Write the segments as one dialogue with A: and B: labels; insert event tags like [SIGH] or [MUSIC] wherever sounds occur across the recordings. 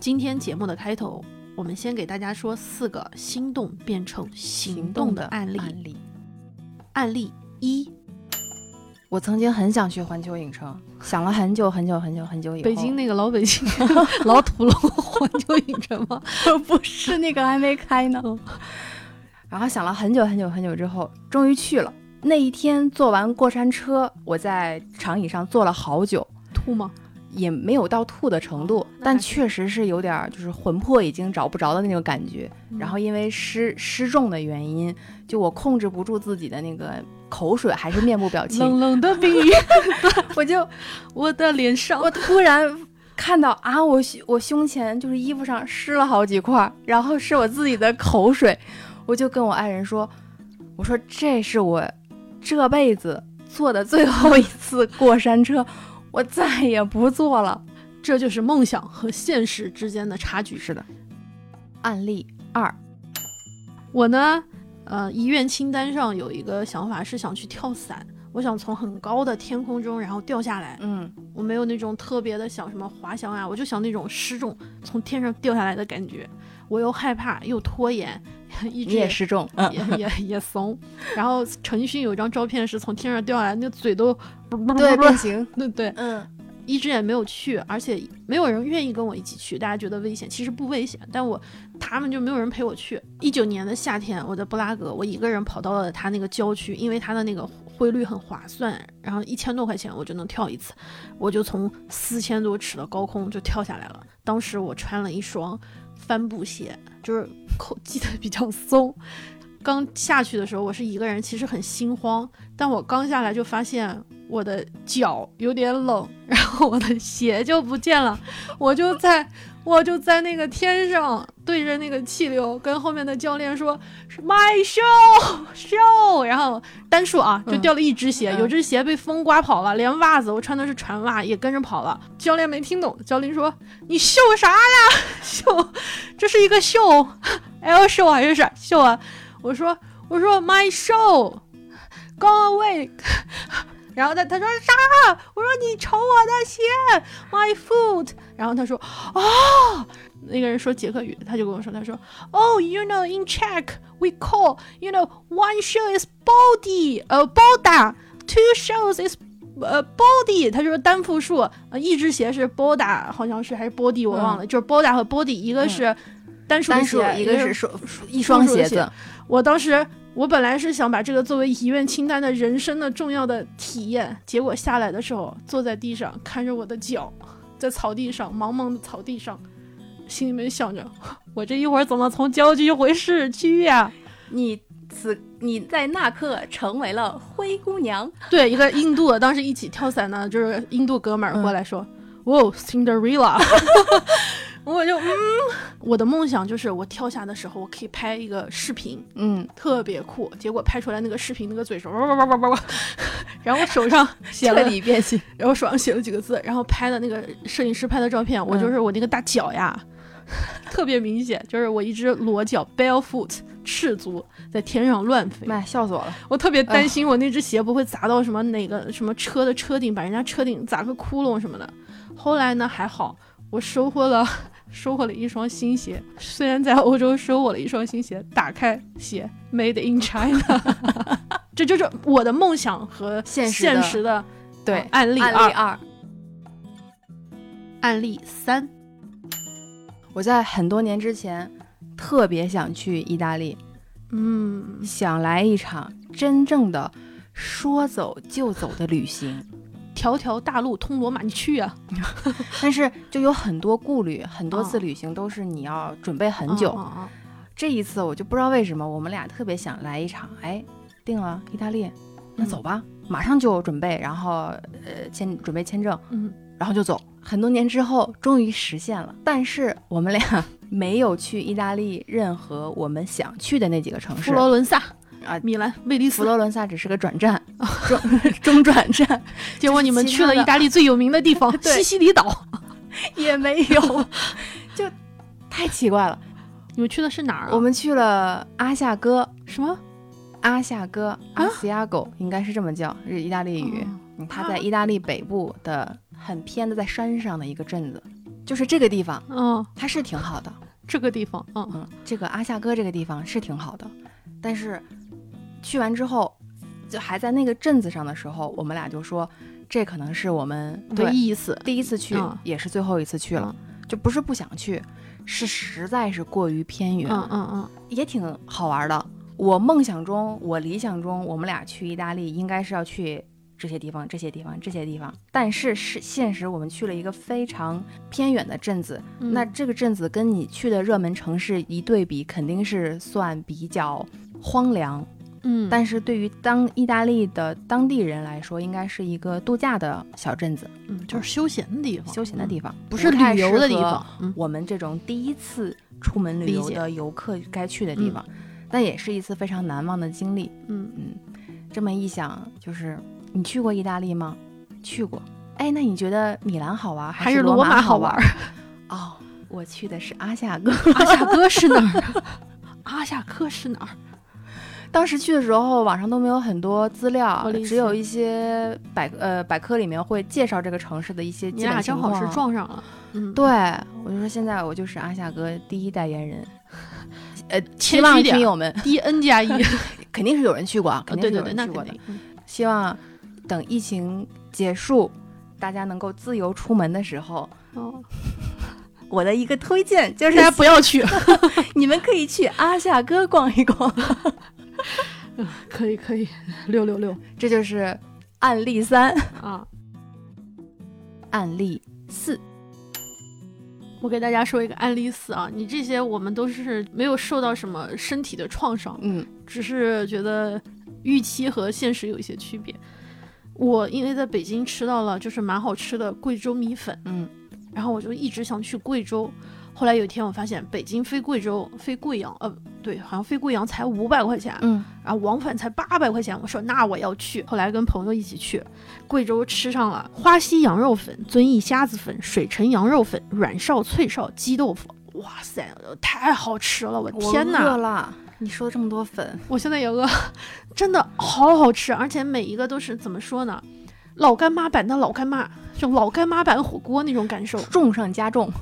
A: 今天节目的开头，我们先给大家说四个心动变成行动的案例。哦
B: 案例。
A: 案例一，
B: 我曾经很想去环球影城，想了很久很久很久很久以后，
A: 北京那个老北 [LAUGHS] 京老土楼环球影城吗？
B: 不是那个还没开呢。 [LAUGHS] 然后想了很久很久很久之后，终于去了。那一天坐完过山车，我在长椅上坐了好久，
A: 吐吗？
B: 也没有到吐的程度，
A: 那
B: 但
A: 还
B: 确实是有点儿就是魂魄已经找不着的那种感觉。然后因为失失重的原因，就我控制不住自己的那个口水还是面部表情，
A: 冷冷的 [LAUGHS] 冰，
B: 我就
A: 我的脸上
B: 我突然看到啊，我胸我胸前就是衣服上湿了好几块儿，然后是我自己的口水，我就跟我爱人说，我说这是我这辈子坐的最后一次过山车，我再也不坐了。
A: 这就是梦想和现实之间的差距。
B: 是的，案例
A: 我呢，呃，遗愿清单上有一个想法是想去跳伞，我想从很高的天空中然后掉下来。
B: 嗯，
A: 我没有那种特别的想什么滑翔啊，我就想那种失重从天上掉下来的感觉。我又害怕又拖延， [LAUGHS] 一直
B: 你也失嗯重，
A: 也也也怂。然后陈奕迅有一张照片是从天上掉下来，那嘴都
B: 对变形，
A: 对对，
B: 嗯，
A: 一直也没有去，而且没有人愿意跟我一起去，大家觉得危险，其实不危险，但我他们就没有人陪我去。一九年的夏天，我在布拉格，我一个人跑到了他那个郊区，因为他的那个汇率很划算，然后一千多块钱我就能跳一次，我就从四千多尺的高空就跳下来了。当时我穿了一双帆布鞋，就是扣系得比较松。刚下去的时候，我是一个人，其实很心慌，但我刚下来就发现我的脚有点冷， [LAUGHS] 然后我的鞋就不见了，我就在我就在那个天上对着那个气流跟后面的教练说是 “my show show”，然后单数啊就掉了一只鞋，
B: 嗯
A: 有只鞋被风刮跑了，连袜子我穿的是船袜也跟着跑了。教练没听懂，教练说：“你秀啥呀？ [LAUGHS] 秀这是一个秀 L show 还是啥秀啊？”我说我说 “my show”。go away 。然后他他说啥？我说你瞅我的鞋，my foot。然后他说哦，那个人说捷克语，他就跟我说，他说 oh you know in Czech we call you know one shoe is body 呃 boda two shoes is 呃 body，他就是单复数，呃一只鞋是 boda 好像是还是 body 我忘了，就是 boda 和 body 一个是单数的
B: 嗯
A: 鞋，
B: 单数一个是双一双
A: 双数的
B: 鞋子，
A: 我当时我本来是想把这个作为遗愿清单的人生的重要的体验，结果下来的时候坐在地上看着我的脚，在草地上茫茫的草地上，心里面想着 [LAUGHS] 我这一会儿怎么从郊区回市区呀、
B: 你此你在那刻成为了灰姑娘，
A: 对，一个印度的，当时一起跳伞呢，就是印度哥们儿过来说：“哇、c i n d e r e l l [LAUGHS] a 我就嗯，我的梦想就是我跳下的时候，我可以拍一个视频，
B: 嗯，
A: 特别酷。结果拍出来那个视频，那个嘴是哇哇哇哇哇 [LAUGHS] 哇，然后我手上写了
B: 彻，底变形，
A: 然后手上写了几个字，然后拍的那个摄影师拍的照片，我就是我那个大脚呀， [LAUGHS] 特别明显，就是我一只裸脚 barefoot 赤足在天上乱飞。
B: [LAUGHS] 妈呀笑死我了。
A: 我特别
B: 嗯
A: 担心我那只鞋不会砸到什么哪个什么车的车顶，把人家车顶砸个窟窿什么的。后来呢，还好我收获了 [LAUGHS] 收获了一双新鞋，虽然在欧洲收获了一双新鞋，打开鞋 Made in China，这 [LAUGHS] 就是我的梦想和
B: 现实的
A: 现实的
B: 对
A: 呃案例
B: 案例
A: 二
B: 二，
A: 案例三，
B: 我在很多年之前特别想去意大利，
A: 嗯，
B: 想来一场真正的说走就走的
A: [LAUGHS]
B: 旅行，
A: 条条大路通罗马，你去啊，
B: 但是就有很多顾虑，很多次
A: 哦
B: 旅行都是你要准备很久。
A: 嗯嗯
B: 这一次我就不知道为什么，我们俩特别想来一场，哎，定了意大利，
A: 嗯
B: 那走吧，马上就准备，然后呃签准备签证，
A: 嗯
B: 然后就走。很多年之后，终于实现了。但是我 [LAUGHS] 们俩没有去意大利任何我们想去的那几个城
A: 嗯，
B: 市
A: 佛。罗伦萨，
B: 啊，
A: 米兰、威尼
B: 佛
A: 斯。
B: 罗伦萨只是个
A: [LAUGHS]
B: 转站，中中转站
A: 结果你们
B: 其
A: 去
B: 他
A: 了
B: 的
A: 意大利最有名的地方
B: [LAUGHS] 对
A: 西西里岛，
B: 也没有， [LAUGHS] 就太奇怪了。
A: 你们去的是哪儿啊？
B: 我们去了阿夏哥，
A: 什么
B: 阿夏
A: 啊
B: 哥阿西亚狗应该是这么叫，是意大利
A: 哦
B: 语。
A: 啊
B: 嗯它在意大利北部的很偏的，在山上的一个镇子，就是这个地方，
A: 哦，
B: 它是挺好的。
A: 这个地方，嗯，
B: 嗯，这个阿夏哥这个地方是挺好的，但是去完之后，就还在那个镇子上的时候，我们俩就说，这可能是我们
A: 的
B: 对
A: 意思
B: 第一次去，
A: 嗯
B: 也是最后一次去了，就不是不想去，是实在是过于偏远，
A: 嗯嗯嗯，
B: 也挺好玩的。我梦想中，我理想中，我们俩去意大利应该是要去这些地方、这些地方、这些地方，但是是现实，我们去了一个非常偏远的镇子，
A: 嗯
B: 那这个镇子跟你去的热门城市一对比，肯定是算比较荒凉。
A: 嗯，
B: 但是对于当意大利的当地人来说，应该是一个度假的小镇子、
A: 嗯就是休闲的地方，
B: 休闲的地方，
A: 嗯不是旅游的地。方，嗯
B: 我们这种第一次出门旅游
A: 理解
B: 的游客该去的地方，但也是一次非常难忘的经历。
A: 嗯，
B: 这么一想，就是你去过意大利吗？去过。哎，那你觉得米兰好玩
A: 还
B: 是
A: 是罗马
B: 马
A: 好
B: 玩
A: 玩？
B: 哦，我去的是 [LAUGHS] 阿夏哥。
A: 阿夏哥是哪儿？ [LAUGHS] 阿夏克是哪儿？
B: 当时去的时候，网上都没有很多资料
A: 我理，解
B: 只有一些百呃百科里面会介绍这个城市的一些
A: 你
B: 基
A: 俩
B: 本情
A: 正
B: 况。
A: 好是撞上了，嗯，
B: 对，我就说现在我就是阿夏哥第一代
A: [LAUGHS]
B: 言人。呃，希
A: 谦
B: 望
A: 虚点
B: 听友们
A: ，D N 加一，
B: 肯定是有人去过啊， [LAUGHS] 肯定
A: 对
B: 是
A: 对
B: 有
A: 哦对，
B: 人
A: 那
B: 去过
A: 肯
B: 的。
A: 定，嗯
B: 希望等疫情结束，大家能够自由出门的时候， [LAUGHS]
A: 哦，
B: 我的一个推荐
A: [LAUGHS]
B: 就
A: 大
B: 是
A: 家不要去，
B: [LAUGHS] 你们可以去阿夏哥逛
A: [LAUGHS]
B: 一逛。
A: 可以可以， [LAUGHS] 六六六
B: 这就是案例三，
A: 啊！
B: 案例四。
A: 我给大家说一个案例四啊，你这些我们都是没有受到什么身体的创伤，
B: 嗯
A: 只是觉得预期和现实有一些区别。我因为在北京吃到了就是蛮好吃的贵州米粉，
B: 嗯
A: 然后我就一直想去贵州。后来有一天我发现北京飞贵州飞贵阳，呃，对，好像飞贵阳才五百块钱，
B: 嗯，
A: 然后往返才八百块钱。我说那我要去。后来跟朋友一起去贵州，吃上了花溪羊肉粉、遵义虾子粉、水城羊肉粉、软烧脆烧鸡豆腐。哇塞，太好吃了！我天哪，
B: 我饿了！你说这么多粉，
A: 我现在也饿， [LAUGHS] 真的好好吃，而且每一个都是怎么说呢，老干妈版的老干妈，就老干妈版火锅那种感受，
B: 重上加重。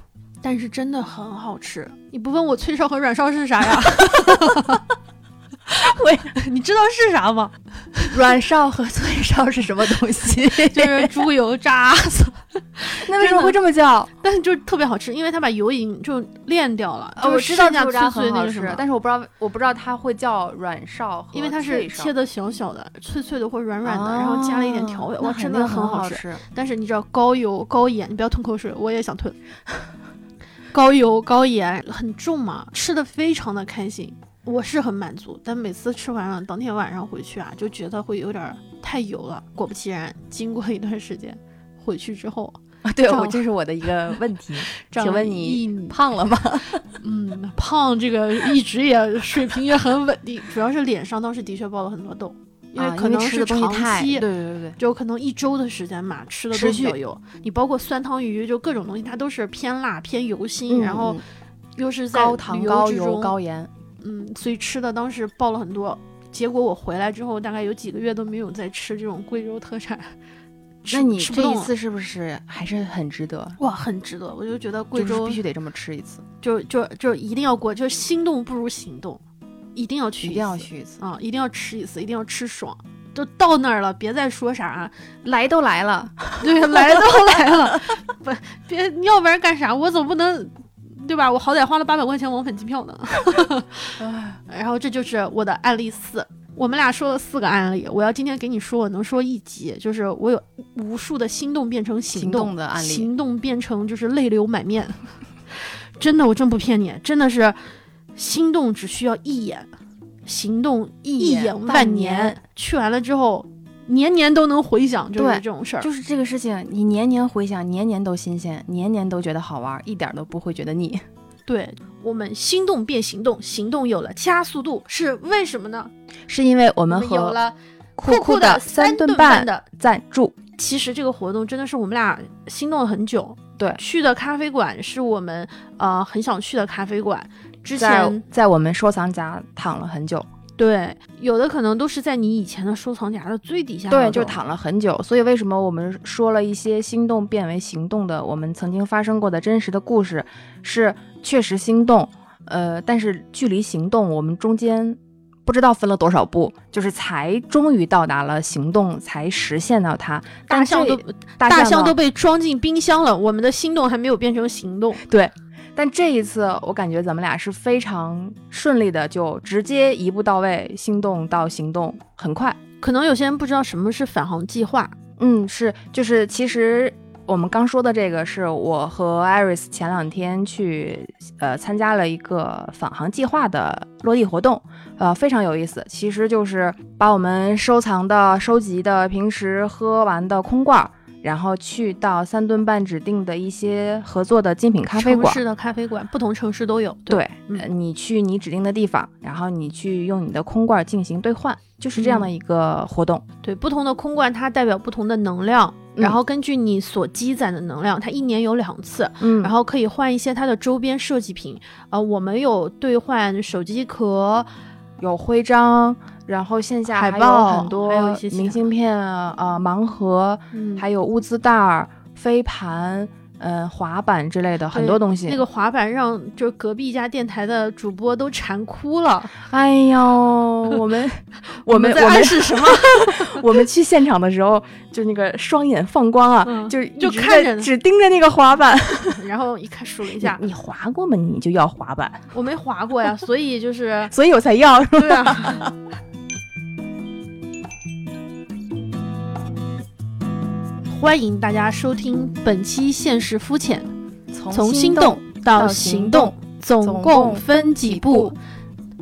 A: 但是真的很好吃。你不问我脆烧和软烧是啥 [LAUGHS] 呀？喂，你知道是啥 [LAUGHS] 吗？
B: 软烧和脆烧是什么东 [LAUGHS] 西？
A: 就是猪油渣 [LAUGHS] 子，
B: 那为什么会这么叫？
A: 但是就是特别好吃，因为它把油已经就炼掉了，
B: 呃我
A: 就是
B: 知
A: 剩
B: 道
A: 下
B: 猪
A: 脆
B: 渣
A: 脆
B: 很
A: 那
B: 好
A: 个什
B: 吃
A: 么，。
B: 但是我不知道，我不知道它会叫软烧和
A: 因为它是
B: 脆烧
A: 切的小小的、脆脆的或软软的，然后加了一点调味，
B: 啊
A: 哇，真
B: 那肯
A: 的
B: 定
A: 很
B: 很
A: 好吃。
B: 吃。
A: 但是你知道高油高盐，你不要吞口水，我也想吞。 [LAUGHS] 高油高盐很重嘛，吃的非常的开心，我是很满足。但每次吃完了，当天晚上回去啊，就觉得会有点儿太油了。果不其然，经过一段时间，回去之后，
B: 啊对，
A: 胀
B: 我这是我的一个问题， [LAUGHS]
A: 长
B: 请
A: 了
B: 问
A: 一
B: 你胖了吗？
A: 嗯胖这个一直也水平也很稳定，主要是脸上当时的确爆了很多痘，因为
B: 啊
A: 可能
B: 吃
A: 是
B: 的东
A: 长
B: 西太……
A: 期
B: 对对对，
A: 就可能一周的时间嘛，吃的
B: 持
A: 都比
B: 续
A: 较油。你包括酸汤鱼，就各种东西，它都是偏辣、偏油腥，然后又是在
B: 嗯高糖、
A: 旅游
B: 高
A: 之
B: 油、
A: 中
B: 高盐，
A: 嗯，所以吃的当时爆了很多。结果我回来之后，大概有几个月都没有再吃这种贵州特产。吃
B: 那你
A: 吃不
B: 这一
A: 动了
B: 次是不是还是很值得？
A: 哇，很值得，我就觉得贵
B: 就是
A: 州
B: 必须得这么吃一次，
A: 就就就一定要过，就是心动不如行动，一定要去
B: 一
A: 一次，
B: 定要去一次。
A: 啊、一定要吃一次，一定要吃爽。都到那儿了，别再说啥，
B: 来都来了，
A: 对， [LAUGHS] 来都来了，不别，要不然干啥？我总不能，对吧？我好歹花了八百块钱往返机票呢。 [LAUGHS] 然后这就是我的案例四，我们俩说了四个案例，我要今天给你说，我能说一集，就是我有无数的心动变成
B: 行
A: 行动，
B: 动的案例。
A: 行动变成就是泪流满面， [LAUGHS] 真的，我真不骗你，真的是心动只需要一眼，行动一
B: 眼
A: 眼
B: 万
A: 万
B: 年
A: 去完了之后。年年都能回想，就是
B: 对
A: 这种事儿，
B: [LAUGHS] 就是这个事情，你年年回想，年年都新鲜，年年都觉得好玩，一点都不会觉得腻。
A: 对我们心动变行动，行动有了加速度，是为什么呢？
B: 是因为我
A: 我
B: 们
A: 们有
B: 和
A: 了
B: 酷
A: 酷
B: 的
A: 三
B: 顿
A: 半的
B: 赞助，
A: 其实这个活动真的是我们俩心动了很久。
B: 对
A: 去的咖啡馆是我们呃很想去的咖啡馆。之
B: 在
A: 前
B: 在我们收藏夹躺了很久，
A: 对有的可能都是在你以前的收藏夹的最底下那
B: 对，
A: 种，
B: 就躺了很久。所以为什么我们说了一些心动变为行动的，我们曾经发生过的真实的故事，是确实心动，呃，但是距离行动，我们中间不知道分了多少步，就是才终于到达了行动，才实现到它。
A: 大
B: 但这
A: 象都
B: 大
A: 大
B: 象
A: 象
B: 呢
A: 都被装进冰箱了，我们的心动还没有变成行动。
B: 对，但这一次我感觉咱们俩是非常顺利的，就直接一步到位，心动到行动，很快。
A: 可能有些人不知道什么是返航计划，
B: 嗯，是，就是其实我们刚说的这个，是我和 Iris 前两天去呃参加了一个返航计划的落地活动，呃，非常有意思。其实就是把我们收藏的、收集的、平时喝完的空罐儿，然后去到三顿半指定的一些合作的精品咖啡
A: 城
B: 馆。
A: 市的咖啡馆，不同城市都有。对，
B: 对，
A: 嗯
B: 呃你去你指定的地方，然后你去用你的空罐儿进行兑换，就是这样的
A: 嗯
B: 一个活动。
A: 对，不同的空罐它代表不同的能量，然
B: 嗯
A: 后根据你所积攒的能量，它一年有两次，
B: 嗯
A: 然后可以换一些它的周边设计品。呃，我们有兑换手机壳，
B: 有徽章，然后线下
A: 海
B: 还
A: 报
B: 有很多
A: 还有一些其
B: 明
A: 他
B: 信片啊、呃盲盒，
A: 嗯
B: 还有物资袋儿、飞盘、嗯、滑板之类的很多东西。
A: 那个滑板让就是隔壁一家电台的主播都馋哭了。
B: 哎呦，我
A: [LAUGHS]
B: 们我们
A: 在
B: 我们
A: 暗示什么？
B: [LAUGHS] 我们去现场的时候，就那个双眼放光啊，
A: 嗯
B: 就
A: 就
B: 一直
A: 看
B: 在
A: 着呢
B: 只盯着那个滑板。
A: 然后一看数了一
B: 你
A: 下，
B: 你滑过吗？你就要滑板，
A: [LAUGHS] 我没滑过呀，所以
B: [LAUGHS]
A: 就是
B: 所以我才要。
A: 对啊。欢迎大家收听本期《现实肤浅》。 [LAUGHS] 从心动到行动，总共
B: 总共
A: 分几
B: 几
A: 步
B: 步？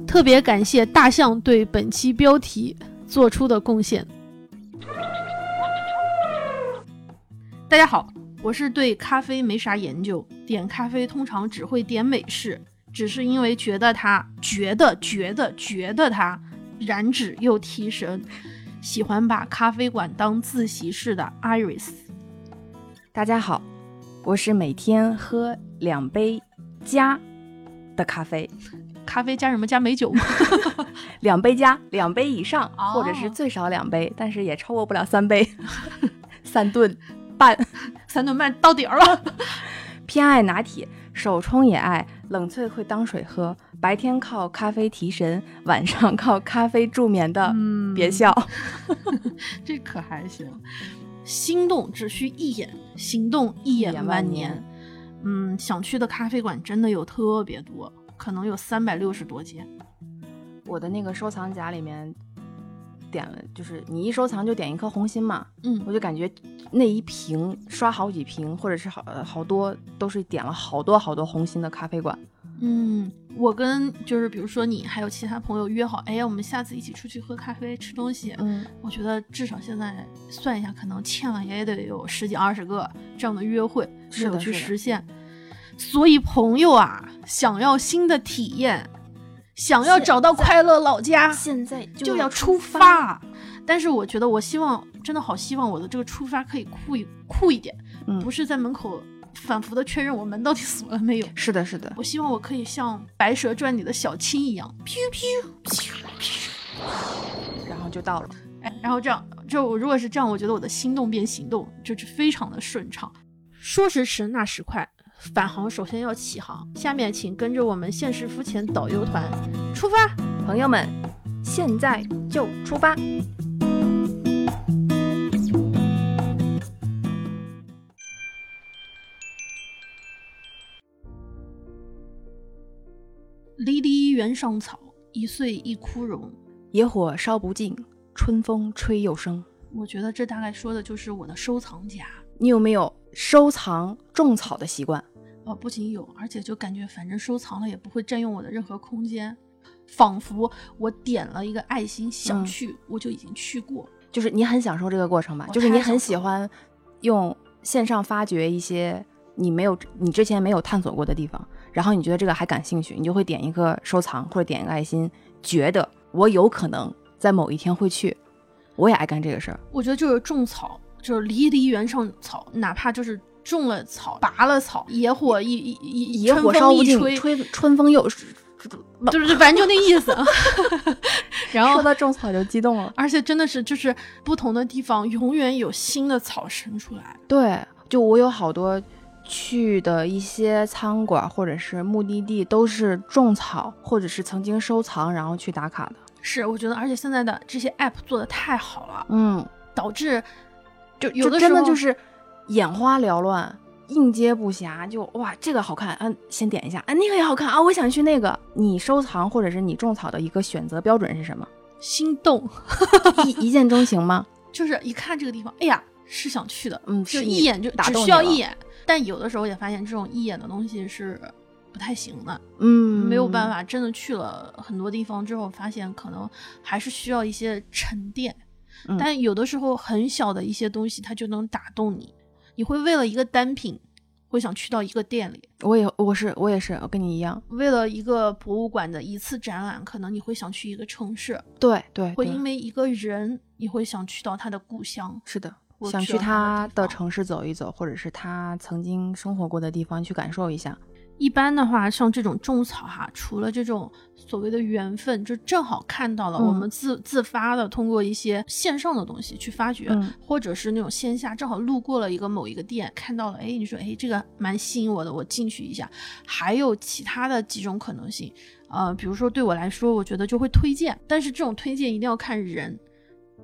A: 特别感谢大象对本期标题做出的贡献。大家好，我是对咖啡没啥研究，点咖啡通常只会点美式，只是因为觉得它觉得觉得觉得它燃脂又提神，喜欢把咖啡馆当自习室的 Iris。
B: 大家好，我是每天喝两杯加的咖啡，
A: 咖啡加什么？加美酒吗？ [LAUGHS]
B: 两杯加，两杯以上，
A: 哦
B: 或者是最少两杯，但是也超过不了三杯， [LAUGHS] 三顿半。
A: 三顿半到底儿了。
B: 偏爱拿铁，手冲也爱，冷萃会当水喝。白天靠咖啡提神，晚上靠咖啡助眠的，
A: 嗯
B: 别笑。 [LAUGHS]
A: [LAUGHS] 这可还行。心动只需一眼，行动一眼
B: 眼
A: 万
B: 万
A: 年。嗯，想去的咖啡馆真的有特别多，可能有三百六十多间。
B: 我的那个收藏夹里面点了，就是你一收藏就点一颗红心嘛，
A: 嗯，
B: 我就感觉那一瓶刷好几瓶，或者是好呃好多都是点了好多好多红心的咖啡馆。
A: 嗯，我跟就是比如说你还有其他朋友约好，哎呀，我们下次一起出去喝咖啡吃东西。
B: 嗯，
A: 我觉得至少现在算一下，可能欠了也得有十几二十个这样的约会没
B: 是的
A: 有去
B: 是的
A: 实现。所以朋友啊，想要新的体验，想要
B: 现
A: 找到快乐老家，
B: 现在就
A: 就要出。发。但是我觉得，我希望真的好希望我的这个出发可以酷一酷一点，
B: 嗯
A: 不是在门口反复的确认我门到底锁了没有。
B: 是的，是的，
A: 我希望我可以像《白蛇传》里的小青一样，噗噗噗，
B: 然后就到了。
A: 哎，然后这样，就我如果是这样，我觉得我的心动变行动就是非常的顺畅。说时迟，那时快，返航首先要起航。下面请跟着我们现实肤浅导游团出发。
B: 朋友们，现在就出发。
A: 离离原上草，一岁一枯荣。
B: 野火烧不尽，春风吹又生。
A: 我觉得这大概说的就是我的收藏夹。
B: 你有没有收藏种草的习惯？
A: 呃，不仅有，而且就感觉反正收藏了也不会占用我的任何空间，仿佛我点了一个爱心想
B: 嗯
A: 去，我就已经去过。
B: 就是你很享受这个过程吧？
A: 我
B: 就是你
A: 太享
B: 很喜
A: 受
B: 欢用线上发掘一些你没有、你之前没有探索过的地方，然后你觉得这个还感兴趣，你就会点一个收藏或者点一个爱心，觉得我有可能在某一天会去，我也爱干这个事儿。
A: 我觉得就是种草，就是离离原上草，哪怕就是种了草、拔了草，野火一一一
B: 野火烧不尽，
A: 春风一吹，
B: 吹春风又
A: 就是反正就那意
B: [LAUGHS]
A: 思。然后
B: 说，到种草就激动了。
A: 而且真的是就是不同的地方，永远有新的草生出来。
B: 对，就我有好多去的一些餐馆或者是目的地，都是种草或者是曾经收藏然后去打卡的。
A: 是，我觉得，而且现在的这些 app 做的太好了，
B: 嗯，
A: 导致就有
B: 就
A: 的时
B: 真
A: 候
B: 的就是眼花缭乱，应接不暇。就哇，这个好看，嗯、先点一下，啊，那个也好看啊，我想去那个。你收藏或者是你种草的一个选择标准是什么？
A: 心动，
B: 一一 [LAUGHS] 见钟情吗？
A: 就是一看这个地方，哎呀，是想去的，
B: 嗯，
A: 就是一眼就
B: 打
A: 只
B: 动
A: 需
B: 你
A: 要
B: 了
A: 一眼。但有的时候也发现这种一眼的东西是不太行的，
B: 嗯，
A: 没有办。法，真的去了很多地方之后，发现可能还是需要一些沉淀。
B: 嗯
A: 但有的时候很小的一些东西，它就能打动你。你会为了一个单品，会想去到一个店里；
B: 我也我是我也是，我跟你一样。
A: 为了一个博物馆的一次展览，可能你会想去一个城市；
B: 对对，
A: 会
B: 对
A: 因为一个人，你会想去到他的故乡。
B: 是的，
A: 我
B: 想
A: 去
B: 去
A: 到他的
B: 他
A: 地
B: 的
A: 方
B: 城市走一走，或者是他曾经生活过的地方去感受一下。
A: 一般的话，像这种种草哈，除了这种所谓的缘分，就正好看到了
B: 嗯
A: 我们自、自发的通过一些线上的东西去发掘，
B: 嗯
A: 或者是那种线下正好路过了一个某一个店，看到了，哎，你说哎这个蛮吸引我的，我进去一下。还有其他的几种可能性，呃，比如说对我来说，我觉得就会推荐，但是这种推荐一定要看人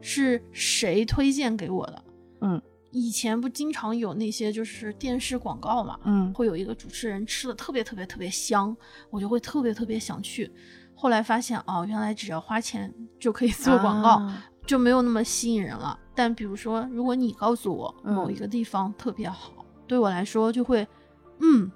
A: 是谁推荐给我的。
B: 嗯，
A: 以前不经常有那些就是电视广告嘛，
B: 嗯，
A: 会有一个主持人吃的特别特别特别香，我就会特别特别想去。后来发现哦，原来只要花钱就可以做广告，
B: 啊
A: 就没有那么吸引人了。但比如说，如果你告诉我
B: 嗯
A: 某一个地方特别好，对我来说就会，嗯，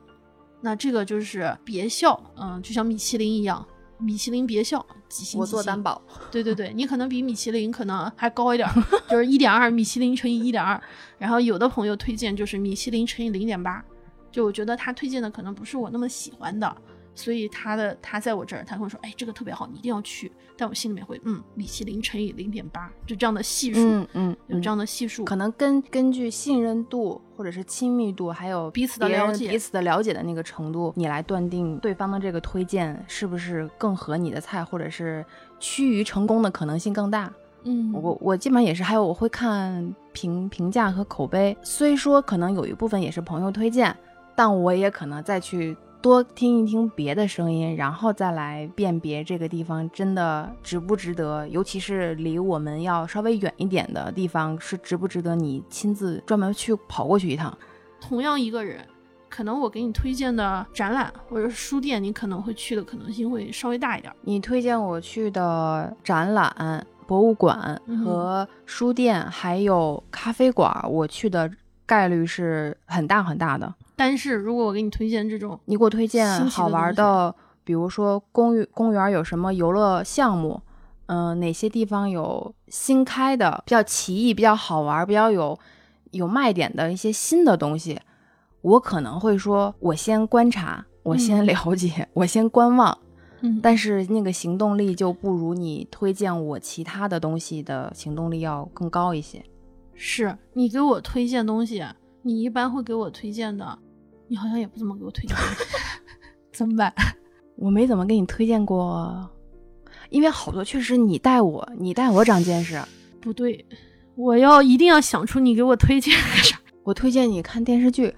A: 那这个就是别校，嗯，就像米其林一样，米其林别校几星
B: 我
A: 几
B: 做
A: 星
B: 担保。
A: 对对对，你可能比米其林可能还高一点儿， [LAUGHS] 就是一点二，米其林乘以一点二。然后有的朋友推荐就是米其林乘以零点八，就我觉得他推荐的可能不是我那么喜欢的，所以他的他在我这儿，他跟我说，哎，这个特别好，你一定要去。但我心里面会，嗯，米其林乘以零点八，就这样的系数，
B: 嗯嗯，
A: 有这样
B: 的，
A: 的系数，
B: 可能根根据信任度或者是亲密度，还有
A: 彼此的
B: 别
A: 了
B: 人
A: 解
B: 彼此的了解的那个程度，你来断定对方的这个推荐是不是更合你的菜，或者是趋于成功的可能性更大。
A: 嗯，
B: 我我基本上也是，还有我会看评评价和口碑。虽说可能有一部分也是朋友推荐，但我也可能再去多听一听别的声音，然后再来辨别这个地方真的值不值得，尤其是离我们要稍微远一点的地方，是值不值得你亲自专门去跑过去一趟。
A: 同样一个人，可能我给你推荐的展览或者是书店，你可能会去的可能性会稍微大一点儿。
B: 你推荐我去的展览、博物馆
A: 嗯哼
B: 和书店，还有咖啡馆，我去的概率是很大很大的。
A: 但是如果我给你推荐这种
B: 你给我推
A: 新
B: 荐
A: 奇
B: 好
A: 的
B: 玩
A: 东西
B: 的，比如说公园公园有什么游乐项目？嗯、哪些地方有新开的比较奇异、比较好玩、比较有有卖点的一些新的东西？我可能会说，我先观察，我先
A: 嗯
B: 了解，我先观望，
A: 嗯，
B: 但是那个行动力就不如你推荐我其他的东西的行动力要更高一些。
A: 是你给我推荐东西，你一般会给我推荐的，你好像也不怎么给我推荐东西， [LAUGHS] 怎么办？
B: 我没怎么给你推荐过，啊因为好多确实你带我，你带我长见识。啊
A: 不对，我要一定要想出你给我推荐个啥， [LAUGHS]
B: 我推荐你看电视剧，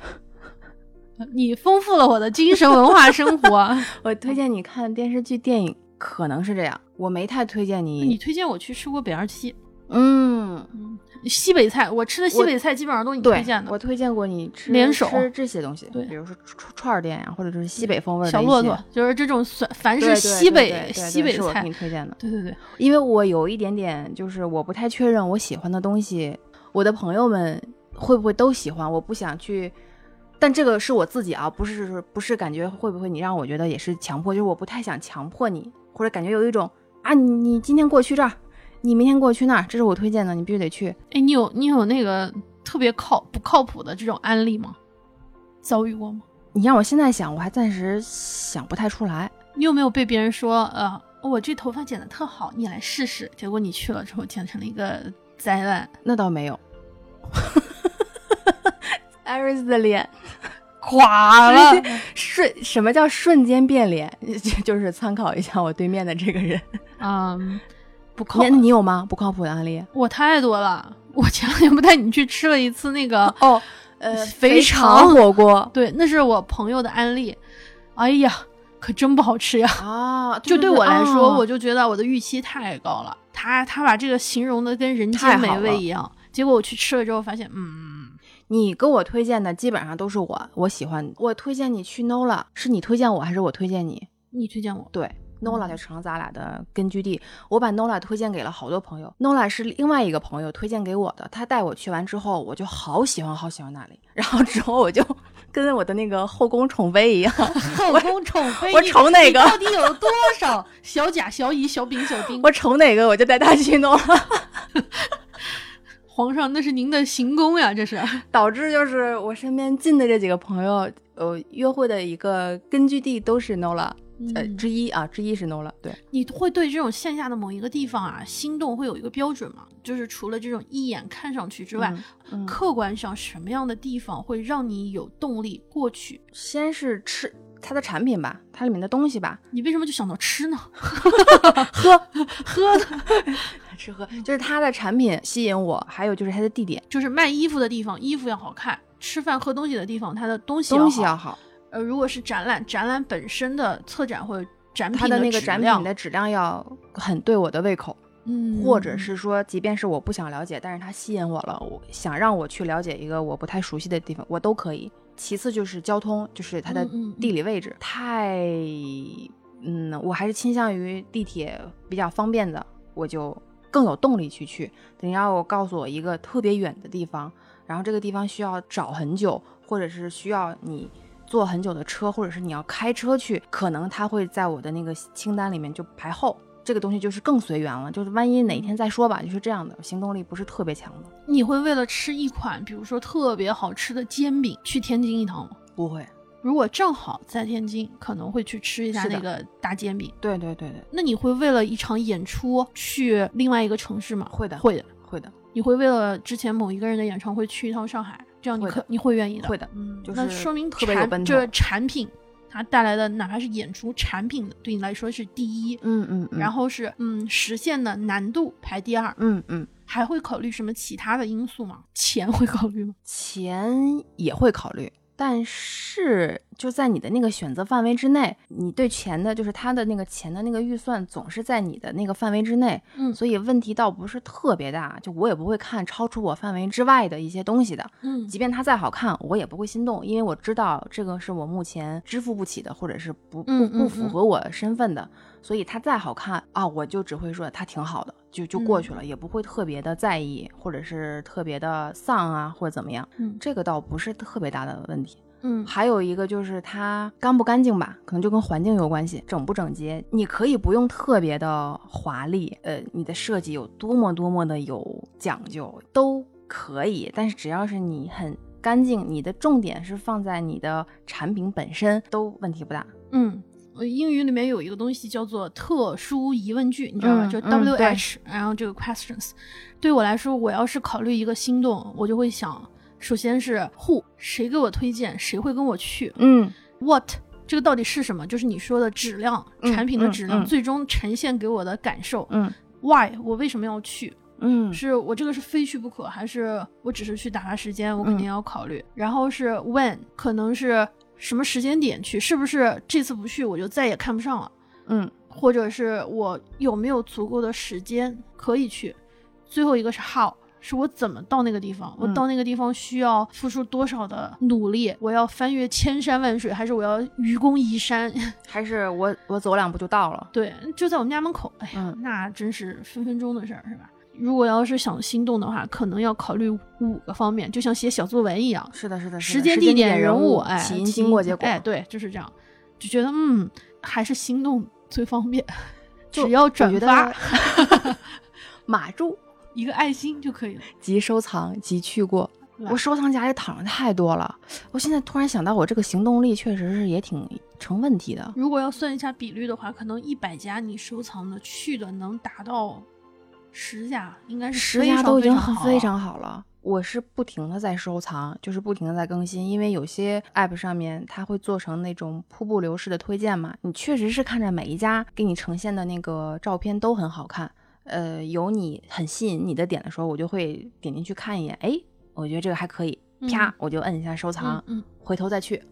B: [LAUGHS]
A: 你丰富了我的精神文化生活。
B: 我推荐你看电视剧、电影，可能是这样。我没太推荐
A: [LAUGHS]
B: 你，
A: 你推荐我去吃过北二七，
B: 嗯，
A: 嗯，西北菜，我吃的西北菜基本上都是你
B: 对
A: 推荐，的
B: 我，推荐过你吃
A: 联手
B: 吃这些东西，
A: 对
B: 比如说串串儿店呀，或者就是西北风味儿的
A: 小
B: 一
A: 骆
B: 些
A: 驼，就是这种算凡
B: 对
A: 是
B: 对
A: 西
B: 对
A: 北
B: 对对
A: 西
B: 对
A: 北
B: 是我给
A: 菜
B: 你，推荐的，
A: 对对对，
B: 因为我有一点点就是我不太确认我喜欢的东西，我的朋友们会不会都喜欢，我不想去。但这个是我自己啊，不是不是感觉会不会你让我觉得也是强迫，就是我不太想强迫你，或者感觉有一种啊，你你今天给我去这儿，你明天给我去那儿，这是我推荐的，你必须得去。
A: 哎，你有你有那个特别靠不靠谱的这种案例吗？遭遇过吗？
B: 你让我现在想，我还暂时想不太出来。
A: 你有没有被别人说，呃，我这头发剪得特好，你来试试？结果你去了之后，剪成了一个灾难。嗯
B: 那倒没 [LAUGHS] 有。艾瑞斯的脸 [LAUGHS] 垮了，瞬什么叫瞬间变脸？就是参考一下我对面的这个人。
A: 嗯，不靠
B: 那，你有吗？不靠谱的案例？
A: 我太多了。我前两天不带你去吃了一次那个，
B: 哦，呃，
A: 肥
B: 肠
A: 肠
B: 火锅
A: 对，那是我朋友的案例。哎呀，可真不好吃呀！
B: 啊，
A: 就对我哦来说，
B: 啊
A: 我就觉得我的预期太高了。他他把这个形容的跟人
B: 太
A: 间
B: 好
A: 美味
B: 了
A: 一样，结果我去吃了之后发现，嗯，
B: 你给我推荐的基本上都是我我喜欢的。我推荐你去 NOLA，是你推荐我还是我推荐你？
A: 你推荐 [LAUGHS] 我，
B: 对，NOLA 就成了咱俩的根据地。我把 NOLA 推荐给了好多朋友，NOLA 是另外一个朋友推荐给我的。他带我去完之后，我就好喜欢，好喜欢那里。然后之后我就 [LAUGHS] 跟我的那个后宫宠妃一样，
A: 后宫宠妃
B: 我
A: 你
B: 瞅哪
A: 你
B: 个
A: 到底有多少小甲、小乙、小丙、小丁？
B: 我瞅哪个我就带他去 NOLA，
A: 皇上，那是您的行宫呀，这是。
B: 导致就是我身边近的这几个朋友，呃，约会的一个根据地都是 NOLA，呃，
A: 嗯
B: 之一啊，之一是 NOLA，对。
A: 你会对这种线下的某一个地方啊心动，会有一个标准吗？就是除了这种一眼看上去之外，
B: 嗯嗯
A: 客观上什么样的地方会让你有动力过去？
B: 先是吃它的产品吧，它里面的东西吧，
A: 你为什么就想到吃呢？ [LAUGHS]
B: 喝
A: 喝呢？ [LAUGHS]
B: 吃喝，
A: 嗯
B: 就是它的产品吸引我，还有就是它的地点，
A: 就是卖衣服的地方，衣服要好看；吃饭喝东西的地方，它的东西
B: 东西
A: 要
B: 要
A: 好。
B: 好，
A: 呃，如果是展览，展览本身的策展或者展品
B: 它的那个
A: 质
B: 展
A: 量
B: 品的质量要很对我的胃口，
A: 嗯，
B: 或者是说，即便是我不想了解，但是它吸引我了，我想让我去了解一个我不太熟悉的地方，我都可以。其次就是交通，就是它的
A: 嗯嗯嗯
B: 地理位置，太，嗯，我还是倾向于地铁比较方便的，我就更有动力去去。等要我告诉我一个特别远的地方，然后这个地方需要找很久，或者是需要你坐很久的车，或者是你要开车去，可能它会在我的那个清单里面就排后。这个东西就是更随缘了，就是万一哪天再说吧，就是这样的，行动力不是特别强的。
A: 你会为了吃一款，比如说特别好吃的煎饼，去天津一趟吗？
B: 不会，
A: 如果正好在天津，可能会去吃一下
B: 是的
A: 那个大煎饼。
B: 对对对对，
A: 那你会为了一场演出去另外一个城市吗？
B: 会的
A: 会的。
B: 会的，
A: 你会为了之前某一个人的演唱会去一趟上海，这样你
B: 会的
A: 可你会愿意的。
B: 会的
A: 嗯，
B: 就是
A: 那说明
B: 特别有
A: 产
B: 奔头
A: 就是产品它带来的，哪怕是演出产品的，对你来说是第一，
B: 嗯嗯，嗯
A: 然后是嗯实现的难度排第二，
B: 嗯嗯，
A: 还会考虑什么其他的因素吗？钱会考虑吗？
B: 钱也会考虑，但是就在你的那个选择范围之内，你对钱的，就是他的那个钱的那个预算总是在你的那个范围之内，
A: 嗯
B: 所以问题倒不是特别大，就我也不会看超出我范围之外的一些东西的，
A: 嗯
B: 即便它再好看，我也不会心动，因为我知道这个是我目前支付不起的，或者是不不
A: 嗯
B: 不
A: 嗯
B: 符
A: 嗯
B: 合我身份的，所以它再好看啊，我就只会说它挺好的，就就过去
A: 嗯
B: 了，也不会特别的在意，或者是特别的丧啊，或者怎么样，
A: 嗯
B: 这个倒不是特别大的问题。
A: 嗯
B: 还有一个就是它干不干净吧，可能就跟环境有关系，整不整洁。你可以不用特别的华丽，呃，你的设计有多么多么的有讲究都可以，但是只要是你很干净，你的重点是放在你的产品本身，都问题不大。
A: 嗯，呃英语里面有一个东西叫做特殊疑问句，你知道吧？
B: 嗯
A: 就
B: 嗯
A: W H，、然后这个 questions。对我来说，我要是考虑一个心动，我就会想，首先是 who，谁给我推荐，谁会跟我去
B: 嗯
A: ？What，这个到底是什么？就是你说的质量，
B: 嗯
A: 产品的质量，
B: 嗯嗯
A: 最终呈现给我的感受。
B: 嗯
A: Why，我为什么要去？
B: 嗯
A: 是我这个是非去不可，还是我只是去打发时间？我肯
B: 嗯
A: 定要考虑。然后是 when，可能是什么时间点去？是不是这次不去我就再也看不上了？
B: 嗯
A: 或者是我有没有足够的时间可以去？最后一个是 how，是我怎么到那个地方？我
B: 嗯
A: 到那个地方需要付出多少的努力？我要翻越千山万水，还是我要愚公移山？
B: 还是我我走两步就到了。
A: 对，就在我们家门口。哎呀，
B: 嗯
A: 那真是分分钟的事儿，是吧？如果要是想心动的话，可能要考虑五个方面，就像写小作文一样，
B: 是的，是的，是
A: 时
B: 的
A: 间、地点、人
B: 物、
A: 哎，
B: 起因、经过、结果。
A: 哎，对，就是这样，就觉得嗯，还是心动最方便，
B: [LAUGHS] 就
A: 只要
B: 我
A: 转
B: 觉得
A: 发
B: [LAUGHS] 码住。
A: 一个爱心就可以了。
B: 即收藏，即去过。
A: 对
B: 我收藏夹里躺着太多了。我现在突然想到，我这个行动力确实是也挺成问题的。
A: 如果要算一下比率的话，可能一百家你收藏的去的能达到十家，应该是
B: 十
A: 非
B: 家
A: 常
B: 都已经
A: 好
B: 很非常好了。我是不停的在收藏，就是不停的在更新，因为有些 app 上面它会做成那种瀑布流式的推荐嘛，你确实是看着每一家给你呈现的那个照片都很好看，呃，有你很吸引你的点的时候，我就会点进去看一眼，哎，我觉得这个还可以，啪，
A: 嗯
B: 我就摁一下收藏，
A: 嗯，
B: 回头再去，
A: 嗯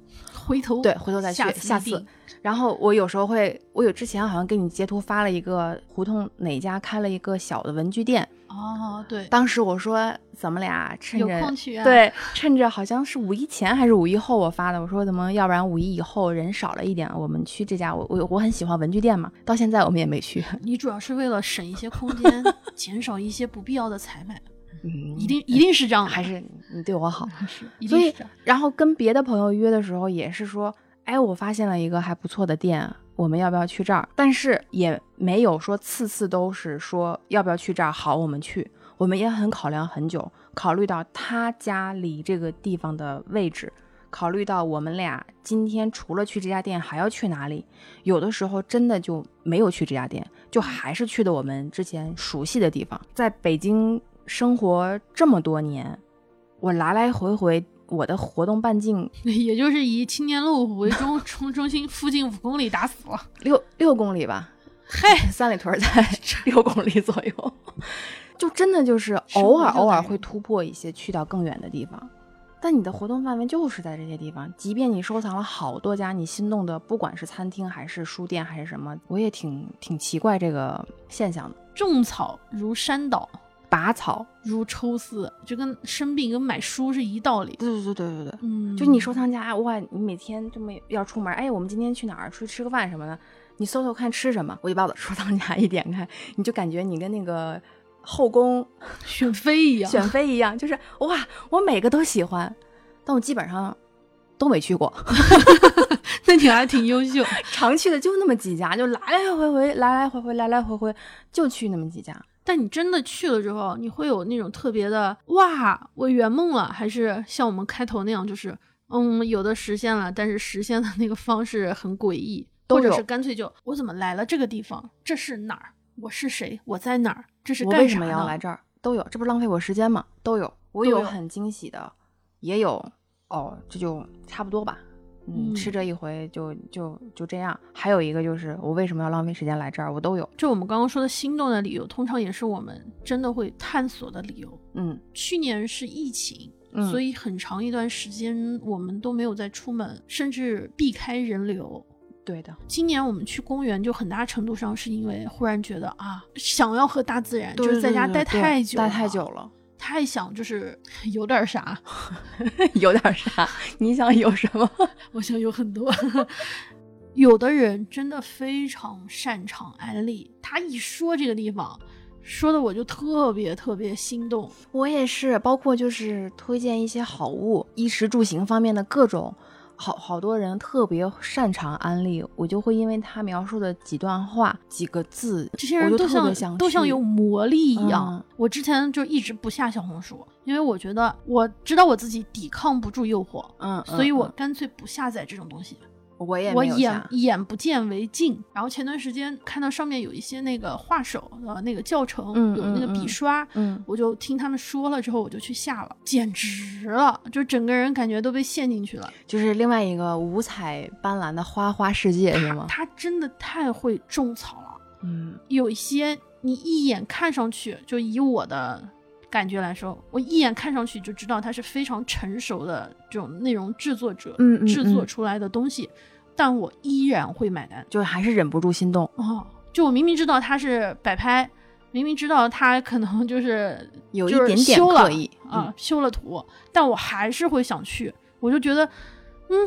A: 回头
B: 对，回头再去，
A: 下
B: 下
A: 次一
B: 次
A: 定
B: 然后我有时候会，我有之前好像给你截图发了一个胡同哪家开了一个小的文具店，
A: 哦，对，
B: 当时我说咱们俩趁
A: 有
B: 着
A: 空去啊，，
B: 对，趁着好像是五一前还是五一后我发的，我说咱们要不然五一以后人少了一点，我们去这家，我我我很喜欢文具店嘛，到现在我们也没去，
A: 你主要是为了省一些空间，减少一些不必要的采买，
B: 嗯，
A: 一定一定是这样的，
B: 还是你对我好。
A: [LAUGHS] 是一
B: 所
A: 定是
B: 以
A: 这样，
B: 然后跟别的朋友约的时候也是说，哎，我发现了一个还不错的店，啊我们要不要去这儿？但是也没有说次次都是说要不要去这儿，好，我们去。我们也很考量很久，考虑到他家离这个地方的位置，考虑到我们俩今天除了去这家店还要去哪里，有的时候真的就没有去这家店，就还是去的我们之前熟悉的地方。在北京生活这么多年，我来来回回我的活动半径
A: [LAUGHS] 也就是以青年路为中 [LAUGHS] 中中心附近五公里打死了，
B: 六六公里吧，
A: 嘿，
B: 三里屯儿在六公里左右， [LAUGHS] 就真的就是偶尔
A: 生活就
B: 偶尔
A: 来
B: 会突破一些，去到更远的地方。但你的活动范围就是在这些地方，即便你收藏了好多家你心动的，不管是餐厅还是书店还是什么，我也挺挺奇怪这个现象的。
A: 种草如山倒。
B: 拔草，
A: 如抽丝，就跟生病跟买书是一道理。
B: 对对对对对对，
A: 嗯，
B: 就你收藏夹，哇，你每天这么要出门，哎，我们今天去哪儿出去吃个饭什么的，你搜搜看吃什么，我就把我的 [LAUGHS] 收藏夹一点开，你就感觉你跟那个后宫
A: 选妃一样， [LAUGHS]
B: 选妃一样，就是哇，我每个都喜欢，但我基本上都没去过， [LAUGHS]
A: 那你还挺优秀。
B: 常去的就那么几家，就来来回回，来来回回，来来回回，就去那么几家。
A: 但你真的去了之后，你会有那种特别的哇，我圆梦了，还是像我们开头那样，就是嗯，有的实现了，但是实现的那个方式很诡异，
B: 都
A: 或者
B: 有
A: 是干脆就我怎么来了这个地方？这是哪儿？我是谁？我在哪儿？这是
B: 我
A: 干啥
B: 为什么要
A: 呢
B: 来？这儿？都有，这不是浪费我时间吗？都有，我
A: 都
B: 有
A: 有
B: 很惊喜的，也有哦，这就差不多吧。
A: 嗯
B: 嗯，吃这一回就就就这样。还有一个就是，我为什么要浪费时间来这儿？我都有。
A: 就我们刚刚说的心动的理由，通常也是我们真的会探索的理由。
B: 嗯
A: 去年是疫情，
B: 嗯，
A: 所
B: 以
A: 以很长一段时间我们都没有再出门，甚至避开人流。
B: 对的，
A: 今年我们去公园，就很大程度上是因为忽然觉得啊，想要和大自然，就是在家待太久，
B: 待太，久了，
A: 太想就是有点啥，
B: [LAUGHS] 有点啥？你想有什么？
A: 我想有很
B: [LAUGHS]
A: 多。有的人真的非常擅长安利，他一说这个地方，说的我就特别特别心动。
B: 我也是，包括就是推荐一些好物，衣食住行方面的各种，好好多人特别擅长安利，我就会因为他描述的几段话、几个字，
A: 这些
B: 我
A: 人
B: 就
A: 都
B: 特
A: 像
B: 别想
A: 都像
B: 去
A: 有魔力一样。
B: 嗯
A: 我之前就一直不下小红书，因为我觉得我知道我自己抵抗不住诱惑，
B: 嗯，嗯
A: 所以我
B: 嗯
A: 干脆不下载这种东西。
B: 我也
A: 我
B: 没有
A: 眼
B: 下
A: 眼不见为净。然后前段时间看到上面有一些那个画手的那个教程，
B: 嗯
A: 有那个
B: 嗯
A: 笔
B: 嗯
A: 刷。
B: 嗯，
A: 我就听他们说了之后，我就去下了，简直了，就整个人感觉都被陷进去了。
B: 就是另外一个五彩斑斓的花花世界是吗？
A: 他真的太会种草了，
B: 嗯，
A: 有一些你一眼看上去，就以我的感觉来说，我一眼看上去就知道它是非常成熟的这种内容制作者、
B: 嗯嗯
A: 制作
B: 嗯
A: 出来的东西，但我依然会买单。
B: 就是还是忍不住心动。
A: 哦，就我明明知道它是摆拍，明明知道它可能就是
B: [LAUGHS] 有一
A: 就是
B: 点点
A: 修了
B: 刻意
A: 啊、
B: 嗯
A: 修了图，但我还是会想去，我就觉得，嗯，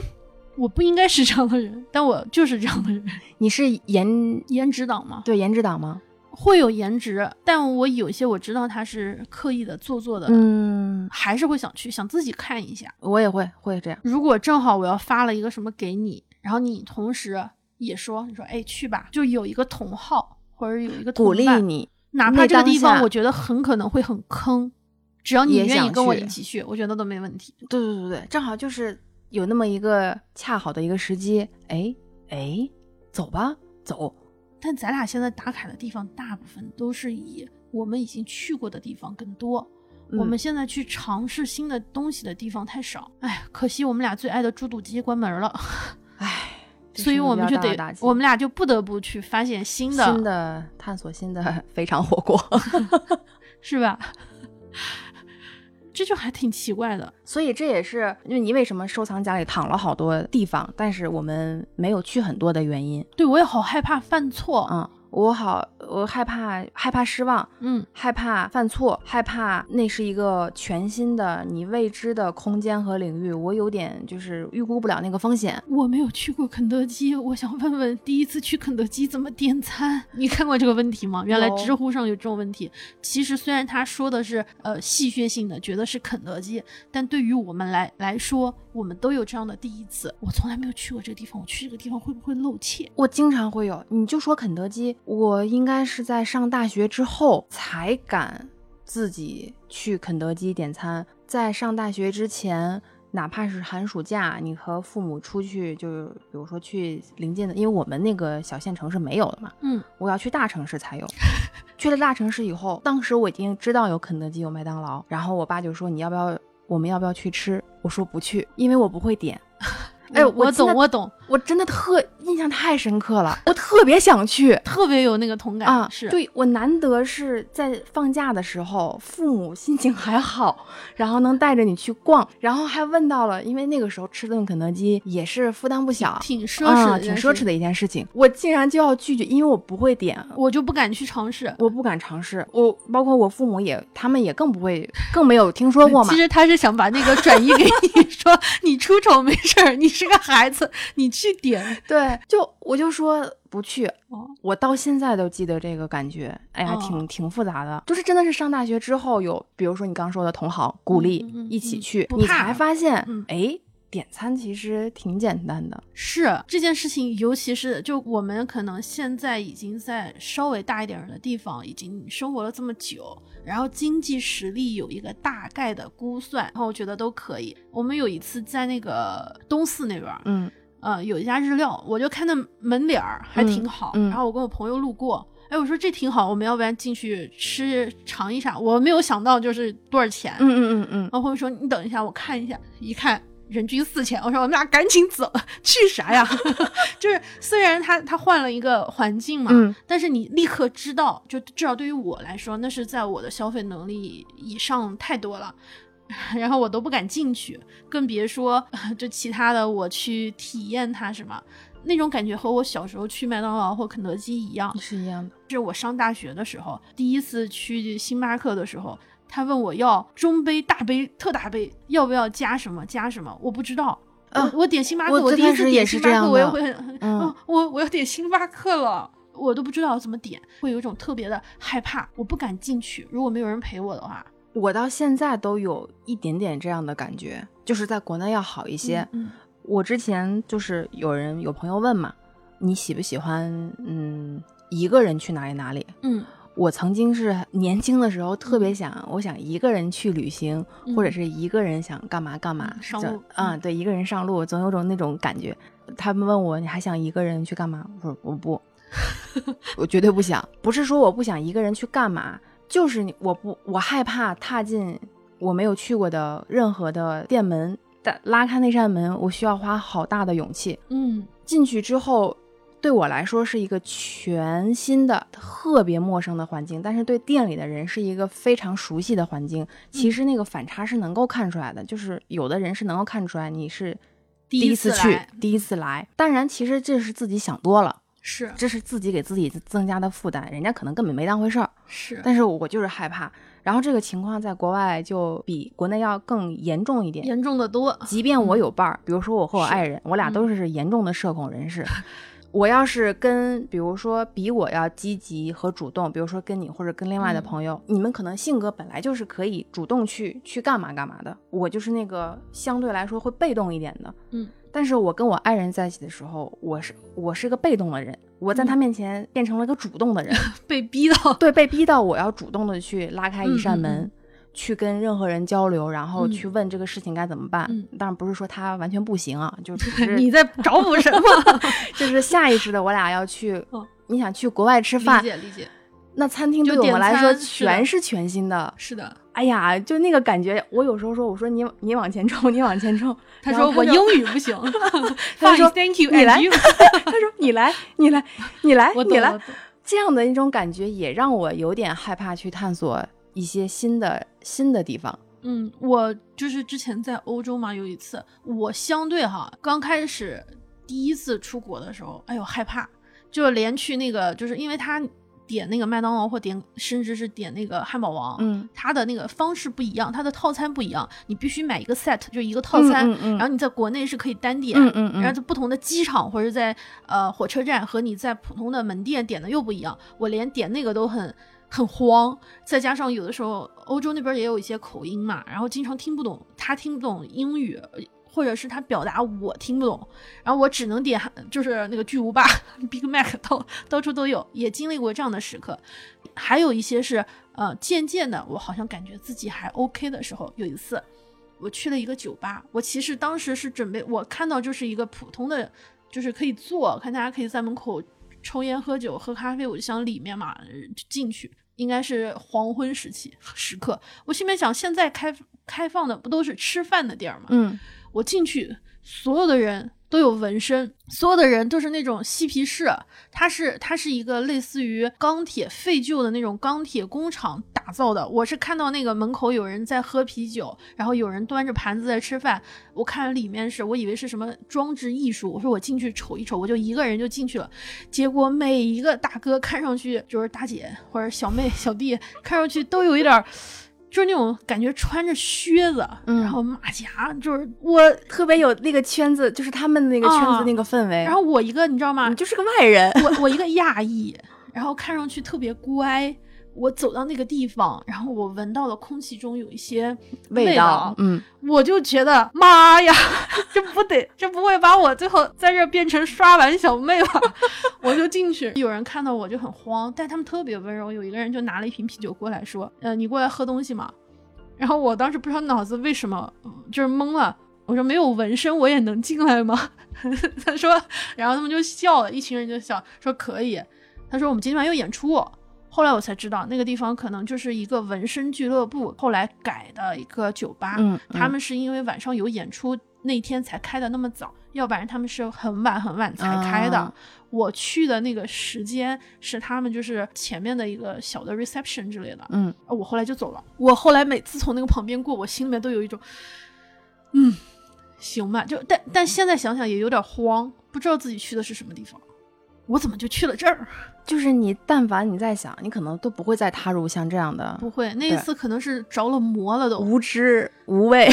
A: 我不应该是这样的人，但我就是这样的人，
B: 你是颜
A: 颜值党嘛。
B: 对颜值党吗？
A: 会有颜值，但我有些我知道他是刻意的做作的，
B: 嗯，
A: 还是会想去想自己看一下。
B: 我也会会这样。
A: 如果正好我要发了一个什么给你，然后你同时也说你说哎去吧，就有一个同号或者有一个同
B: 鼓励
A: 伴，
B: 你，
A: 哪怕这个地
B: 那当
A: 方
B: 下
A: 我觉得很可能会很坑，只要你
B: 也
A: 愿意
B: 想
A: 跟我
B: 去
A: 一起去，我觉得都没问题。
B: 对对对对，正好就是有那么一个恰好的一个时机，哎哎，走吧，走。
A: 但咱俩现在打卡的地方，大部分都是以我们已经去过的地方更多。我
B: 嗯
A: 们现在去尝试新的东西的地方太少，哎，可惜我们俩最爱的猪肚鸡关门了，
B: 唉，这
A: 所以
B: 是个
A: 我们
B: 比
A: 就
B: 较大
A: 得
B: 的打击
A: 我们俩就不得不去发现新的，
B: 新的探索新的 [LAUGHS] 肥肠火锅。
A: 是吧？ [LAUGHS] 这就还挺奇怪的。
B: 所以这也是因为你为什么收藏夹里躺了好多地方，但是我们没有去很多的原因。
A: 对我也好害怕犯错，
B: 嗯，我好，我害怕害怕失望，
A: 嗯，
B: 害怕犯错，害怕那是一个全新的你未知的空间和领域，我有点就是预估不了那个风险。
A: 我没有去过肯德基，我想问问，第一次去肯德基怎么点餐？ [LAUGHS] 你看过这个问题吗？原来知乎上有这种问题。其实虽然他说的是呃戏谑性的，觉得是肯德基，但对于我们来来说，我们都有这样的第一次。我从来没有去过这个地方，我去这个地方会不会露怯？
B: 我经常会有，你就说肯德基，我应该是在上大学之后才敢自己去肯德基点餐。在上大学之前，哪怕是寒暑假，你和父母出去，就是比如说去临近的，因为我们那个小县城是没有的嘛，
A: 嗯，
B: 我要去大城市才有。 [LAUGHS] 去了大城市以后，当时我已经知道有肯德基有麦当劳，然后我爸就说你要不要，我们要不要去吃？我说不去，因为我不会点。哎，
A: 我
B: 我
A: 懂，
B: 我。
A: 我懂，
B: 我真的特印象太深刻了，我特别
A: [LAUGHS]
B: 想去
A: 特别有那个同感。
B: 啊！
A: 是，
B: 对我难得是在放假的时候，父母心情还好，然后能带着你去逛，然后还问到了，因为那个时候吃顿肯德基也是负担不小，
A: 挺奢侈的、
B: 啊，挺奢侈。的一件事情，我竟然就要拒绝，因为我不会点。
A: 我就不敢去尝试。
B: 我不敢尝试，我包括我父母也，他们也更不会，更没有听说过嘛
A: 其。实他是想把那个转移给你 [LAUGHS] 说，你出丑没事儿，你是个孩子，你去点。
B: 对，就我就说不去，
A: 哦，
B: 我到现在都记得这个感觉，哎呀，
A: 哦
B: 挺挺复杂的，就是真的是上大学之后有，比如说你刚说的同行鼓励、
A: 嗯嗯
B: 一起
A: 嗯
B: 去，
A: 不
B: 你
A: 怕
B: 才发现
A: 嗯，
B: 哎、点餐其实挺简单的，
A: 是这件事情，尤其是就我们可能现在已经在稍微大一点儿的地方已经生活了这么久，然后经济实力有一个大概的估算，然后我觉得都可以。我们有一次在那个东四那边儿，
B: 嗯，
A: 呃，有一家日料，我就看那门脸儿还挺好，
B: 嗯嗯
A: 然后我跟我朋友路过，哎，我说这挺好，我们要不然进去吃尝一下？我没有想到就是多少钱，
B: 嗯嗯嗯
A: 然后朋友说你等一下，我看一下，一看。人均四千，我说我们俩赶紧走，去啥呀？ [LAUGHS] 就是虽然他他换了一个环境嘛，
B: 嗯
A: 但是你立刻知道，就至少对于我来说，那是在我的消费能力以上太多了， [LAUGHS] 然后我都不敢进去，更别说就其他的我去体验它什么。那种感觉和我小时候去麦当劳或肯德基一样
B: 嗯，，是一样的，
A: 是我上大学的时候第一次去星巴克的时候，他问我要中杯、大杯、特大杯，要不要加什么加什么，我不知道。
B: 啊
A: 我我点星巴
B: 我
A: 克，我
B: 最
A: 第
B: 开
A: 一
B: 始
A: 次
B: 也
A: 点
B: 是
A: 星
B: 这
A: 巴
B: 样
A: 克，我也
B: 的
A: 会 [LAUGHS] 很，
B: 嗯
A: 啊我我要点星巴克了，我都不知道怎么点，会有一种特别的害怕，我不敢进去。如果没有人陪我的话，
B: 我到现在都有一点点这样的感觉，就是在国内要好一些。
A: 嗯
B: 我之前就是有人有朋友问嘛，你喜不喜欢嗯一个人去哪里哪里？
A: 嗯
B: 我曾经是年轻的时候特别想，我想一个人去旅行，
A: 嗯
B: 或者是一个人想干嘛干嘛，
A: 嗯上
B: 这
A: 路
B: 啊、
A: 嗯
B: 对，一个人上路，总有种那种感觉。他们问我，你还想一个人去干嘛？我说
A: [LAUGHS]
B: 我不，我绝对不想。不是说我不想一个人去干嘛，就是你我不，我害怕踏进我没有去过的任何的店门，但拉开那扇门，我需要花好大的勇气。
A: 嗯
B: 进去之后，对我来说是一个全新的、特别陌生的环境，但是对店里的人是一个非常熟悉的环境。
A: 嗯
B: 其实那个反差是能够看出来的，就是有的人是能够看出来你是
A: 第
B: 一
A: 一
B: 次
A: 次
B: 去
A: 来、
B: 第一次来。当然，其实这是自己想多了，
A: 是
B: 这是自己给自己增加的负担，人家可能根本没当回事儿。
A: 是，
B: 但是我就是害怕，然后这个情况在国外就比国内要更严重一点。
A: 严重的多。
B: 即便我有伴儿，比如说我和我
A: 嗯是嗯
B: 爱人，我俩都是严重的社
A: [LAUGHS]
B: 恐人士。我要是跟，比如说比我要积极和主动，比如说跟你或者跟另外的
A: 嗯
B: 朋友，你们可能性格本来就是可以主动去去干嘛干嘛的，我就是那个相对来说会被动一点的。
A: 嗯，
B: 但是我跟我爱人在一起的时候，我是我是个被动的人，我
A: 嗯
B: 在他面前变成了个主动的人。
A: [LAUGHS] 被逼到
B: 对，被逼到我要主动的去拉开一扇
A: 嗯嗯
B: 门，去跟任何人交流，然后
A: 嗯
B: 去问这个事情该怎么办。
A: 嗯
B: 当然不是说他完全不行啊，就是
A: 你在找补什么？ [LAUGHS]
B: 就是下意识的，我俩要去
A: 哦，
B: 你想去国外吃
A: 理
B: 饭，
A: 解理解，
B: 那餐厅
A: 就
B: 对我们
A: 点
B: 来说
A: 餐是的
B: 全是全新的。
A: 是的。
B: 哎呀，就那个感觉，我有时候说，我说你你往前冲，你往前冲，
A: 他
B: 然后
A: 说我
B: 就
A: 英语不行， [LAUGHS]
B: [LAUGHS] 他
A: Fine,
B: 就说
A: Thank you，
B: 你来
A: and you
B: [LAUGHS] 他说你来，你来，你来，
A: 我
B: 你
A: 懂
B: 来
A: 了，，
B: 这样的一种感觉也让我有点害怕去探索一些新的新的地方。
A: 嗯，我就是之前在欧洲嘛，有一次我相对哈，刚开始第一次出国的时候，哎呦害怕，就连去那个，就是因为他点那个麦当劳或点，甚至是点那个汉堡王，
B: 嗯，
A: 它的那个方式不一样，它的套餐不一样，你必须买一个 set，就一个套餐，
B: 嗯嗯
A: 然后你在国内是可以单点，
B: 嗯嗯嗯，
A: 然后在不同的机场或者在呃火车站和你在普通的门店点的又不一样，我连点那个都很很慌，再加上有的时候欧洲那边也有一些口音嘛，然后经常听不懂，他听不懂英语。或者是他表达我听不懂，然后我只能点就是那个巨无霸、Big [LAUGHS] Mac 到到处都有，也经历过这样的时刻。还有一些是呃，渐渐的我好像感觉自己还 OK 的时候，有一次我去了一个酒吧，我其实当时是准备，我看到就是一个普通的，就是可以坐，看大家可以在门口抽烟、喝酒、喝咖啡，我就想里面嘛呃进去，应该是黄昏时期时刻。我心里面想，现在开开放的不都是吃饭的地儿吗？
B: 嗯
A: 我进去，所有的人都有纹身，所有的人都是那种嬉皮士，它是它是一个类似于钢铁废旧的那种钢铁工厂打造的。我是看到那个门口有人在喝啤酒，然后有人端着盘子在吃饭，我看里面是我以为是什么装置艺术，我说我进去瞅一瞅，我就一个人就进去了，结果每一个大哥看上去就是大姐或者小妹小弟，看上去都有一点儿。就是那种感觉穿着靴子，
B: 嗯
A: 然后马甲，就是
B: 我特别有那个圈子，就是他们那个圈
A: 啊
B: 子那个氛围，
A: 然后我一个，你知道吗
B: 你？就是个外人。
A: 我我一个亚裔，然后看上去特别乖。我走到那个地方，然后我闻到了空气中有一些
B: 味
A: 道，
B: 嗯，
A: 我就觉得妈呀， [LAUGHS] 这不得，这不会把我最后在这儿变成刷碗小妹吧？ [LAUGHS] 我就进去，有人看到我就很慌，但他们特别温柔。有一个人就拿了一瓶啤酒过来说：“呃，你过来喝东西嘛。”然后我当时不知道脑子为什么嗯就是懵了，我说没有纹身我也能进来吗？ [LAUGHS] 他说，然后他们就笑了，一群人就笑说可以。他说我们今天晚上有演出。后来我才知道，那个地方可能就是一个纹身俱乐部后来改的一个酒吧。
B: 嗯
A: 啊他们是因为晚上有演出那天才开的那么早，要不然他们是很晚很晚才开的。
B: 啊
A: 我去的那个时间是他们就是前面的一个小的 reception 之类的。啊
B: 嗯，
A: 我后来就走了。我后来每次从那个旁边过，我心里面都有一种，嗯，行吧，就但但现在想想也有点慌，不知道自己去的是什么地方，我怎么就去了这儿？
B: 就是你，但凡你在想，你可能都不会再踏入像这样的
A: 不会，那一
B: 对
A: 次可能是着了魔了都。
B: 无知无畏。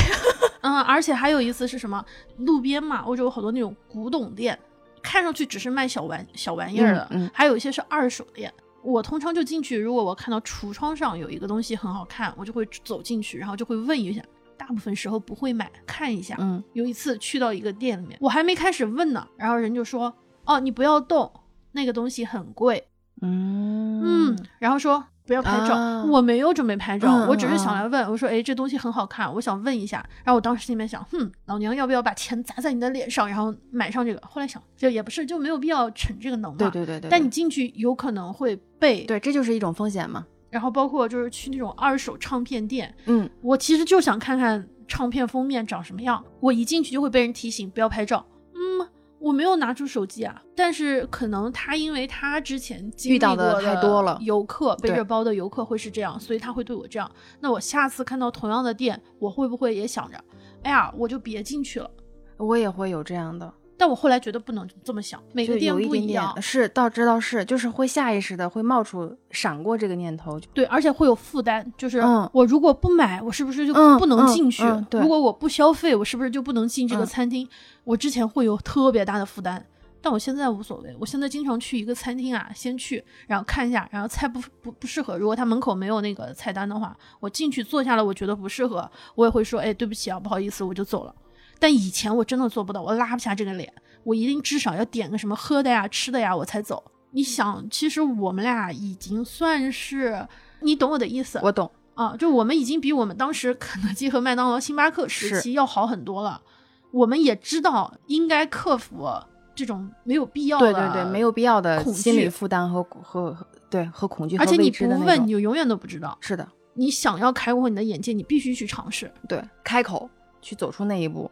A: 嗯，而且还有一次是什么？路边嘛，欧洲有好多那种古董店，看上去只是卖小玩小玩意儿的，
B: 嗯嗯
A: 还有一些是二手店。我通常就进去，如果我看到橱窗上有一个东西很好看，我就会走进去，然后就会问一下。大部分时候不会买，看一下。
B: 嗯，
A: 有一次去到一个店里面，我还没开始问呢，然后人就说：“哦，你不要动，那个东西很贵。”
B: 嗯
A: 嗯，然后说不要拍照，
B: 啊
A: 我没有准备拍照，
B: 嗯
A: 我只是
B: 嗯
A: 想来问，我说，哎，这东西很好看，我想问一下。然后我当时心里面想，哼，老娘要不要把钱砸在你的脸上，然后买上这个？后来想，就也不是，就没有必要逞这个能嘛。
B: 对对对对。
A: 但
B: 对
A: 你进去有可能会被，
B: 对，这就是一种风险嘛。
A: 然后包括就是去那种二手唱片店，
B: 嗯，
A: 我其实就想看看唱片封面长什么样，我一进去就会被人提醒不要拍照。嗯。我没有拿出手机啊，但是可能他因为他之前经历
B: 遇到
A: 过
B: 的
A: 的
B: 太多了
A: 游客背
B: 对
A: 着包的游客会是这样，所以他会对我这样。那我下次看到同样的店，我会不会也想着，哎呀，我就别进去了？
B: 我也会有这样的，
A: 但我后来觉得不能这么想，每
B: 就
A: 个店
B: 有一
A: 不
B: 点
A: 样，
B: 点是到这倒是，就是会下意识的会冒出闪过这个念头，就
A: 对，而且会有负担，就是
B: 嗯
A: 我如果不买，我是不是就
B: 嗯
A: 不能
B: 嗯
A: 进去？
B: 嗯对
A: 如果我不消费，我是不是就不能进这个
B: 嗯
A: 餐厅？我之前会有特别大的负担，但我现在无所谓。我现在经常去一个餐厅啊，先去，然后看一下，然后菜不不不适合，如果他门口没有那个菜单的话，我进去坐下了，我觉得不适合，我也会说，哎，对不起啊，不好意思，我就走了。但以前我真的做不到，我拉不下这个脸，我一定至少要点个什么喝的呀、吃的呀，我才走。你想，其实我们俩已经算是，你懂我的意思，
B: 我懂。
A: 啊，就我们已经比我们当时肯德基和麦当劳、星巴克时
B: 是
A: 期要好很多了。我们也知道应该克服这种没有必要的，
B: 对对对，没有必要的
A: 恐
B: 心理
A: 惧
B: 负担和和和对和恐惧和
A: 而且
B: 未
A: 你
B: 知
A: 不
B: 的那
A: 问，
B: 种
A: 你就永远都不知道。
B: 是的，
A: 你想要开阔你的眼界，你必须去尝试。
B: 对，开口去走出那一步。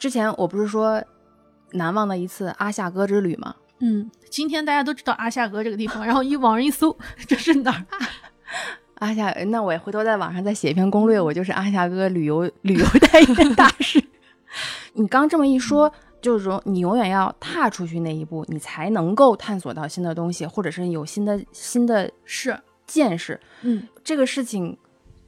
B: 之前我不是说难忘的一次阿夏哥之旅吗？
A: 嗯，今天大家都知道阿夏格这个地
B: [LAUGHS]
A: 方，然后一网上一搜， [LAUGHS] 这是哪儿？
B: 阿夏，那我回头在网上再写一篇攻略，我就是阿夏哥旅游旅游代言大师。 [LAUGHS] 你刚这么一说，就是说你永远要踏出去那一步，你才能够探索到新的东西，或者是有新的新的
A: 是，
B: 见识。
A: 嗯，
B: 这个事情，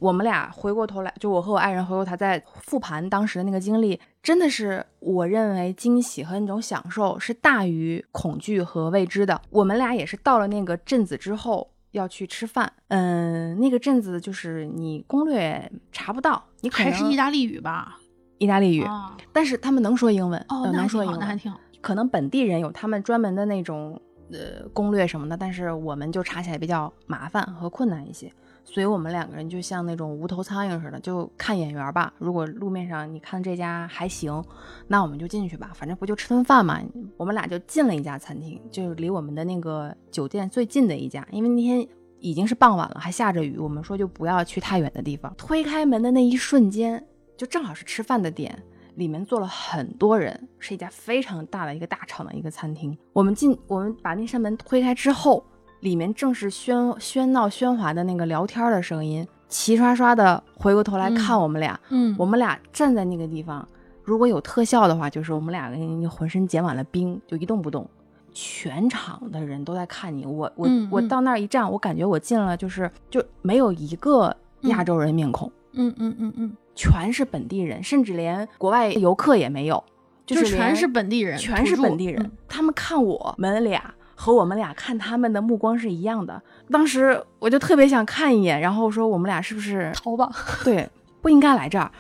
B: 我们俩回过头来，就我和我爱人回过头在复盘当时的那个经历，真的是我认为惊喜和那种享受是大于恐惧和未知的。我们俩也是到了那个镇子之后要去吃饭，嗯，那个镇子就是你攻略查不到，你可
A: 还
B: 能
A: 是意大利语吧？
B: 意大利语，
A: 啊，
B: 但是他们能说英文，
A: 哦，
B: 呃
A: 那还
B: 能说
A: 挺好，
B: 英
A: 那还
B: 文，
A: 挺好。
B: 可能本地人有他们专门的那种呃攻略什么的，但是我们就查起来比较麻烦和困难一些，所以我们两个人就像那种无头苍蝇似的，就看眼缘儿吧。如果路面上你看这家还行，那我们就进去吧，反正不就吃顿饭嘛。我们俩就进了一家餐厅，就是离我们的那个酒店最近的一家，因为那天。已经是傍晚了，还下着雨，我们说就不要去太远的地方。推开门的那一瞬间，就正好是吃饭的点，里面坐了很多人，是一家非常大的一个大厂的一个餐厅。我们进，我们把那扇门推开之后，里面正是喧喧闹喧哗的那个聊天的声音，齐刷刷的回过头来
A: 嗯
B: 看我们俩，
A: 嗯
B: 我们俩站在那个地方，如果有特效的话，就是我们俩人浑身结满了冰，就一动不动。全场的人都在看你，我我、
A: 嗯
B: 我
A: 嗯
B: 到那儿一站，我感觉我进了就是就没有一个亚
A: 嗯
B: 洲人面孔。
A: 嗯嗯嗯嗯，
B: 全是本地人，甚至连国外游客也没有，
A: 就是全是
B: 连
A: 本地人，
B: 全是
A: 土著
B: 本地人。
A: 嗯
B: 他们看我们俩和我们俩看他们的目光是一样的。当时我就特别想看一眼，然后说我们俩是
A: [LAUGHS]
B: 不是
A: 逃吧。
B: 对不应该来这儿？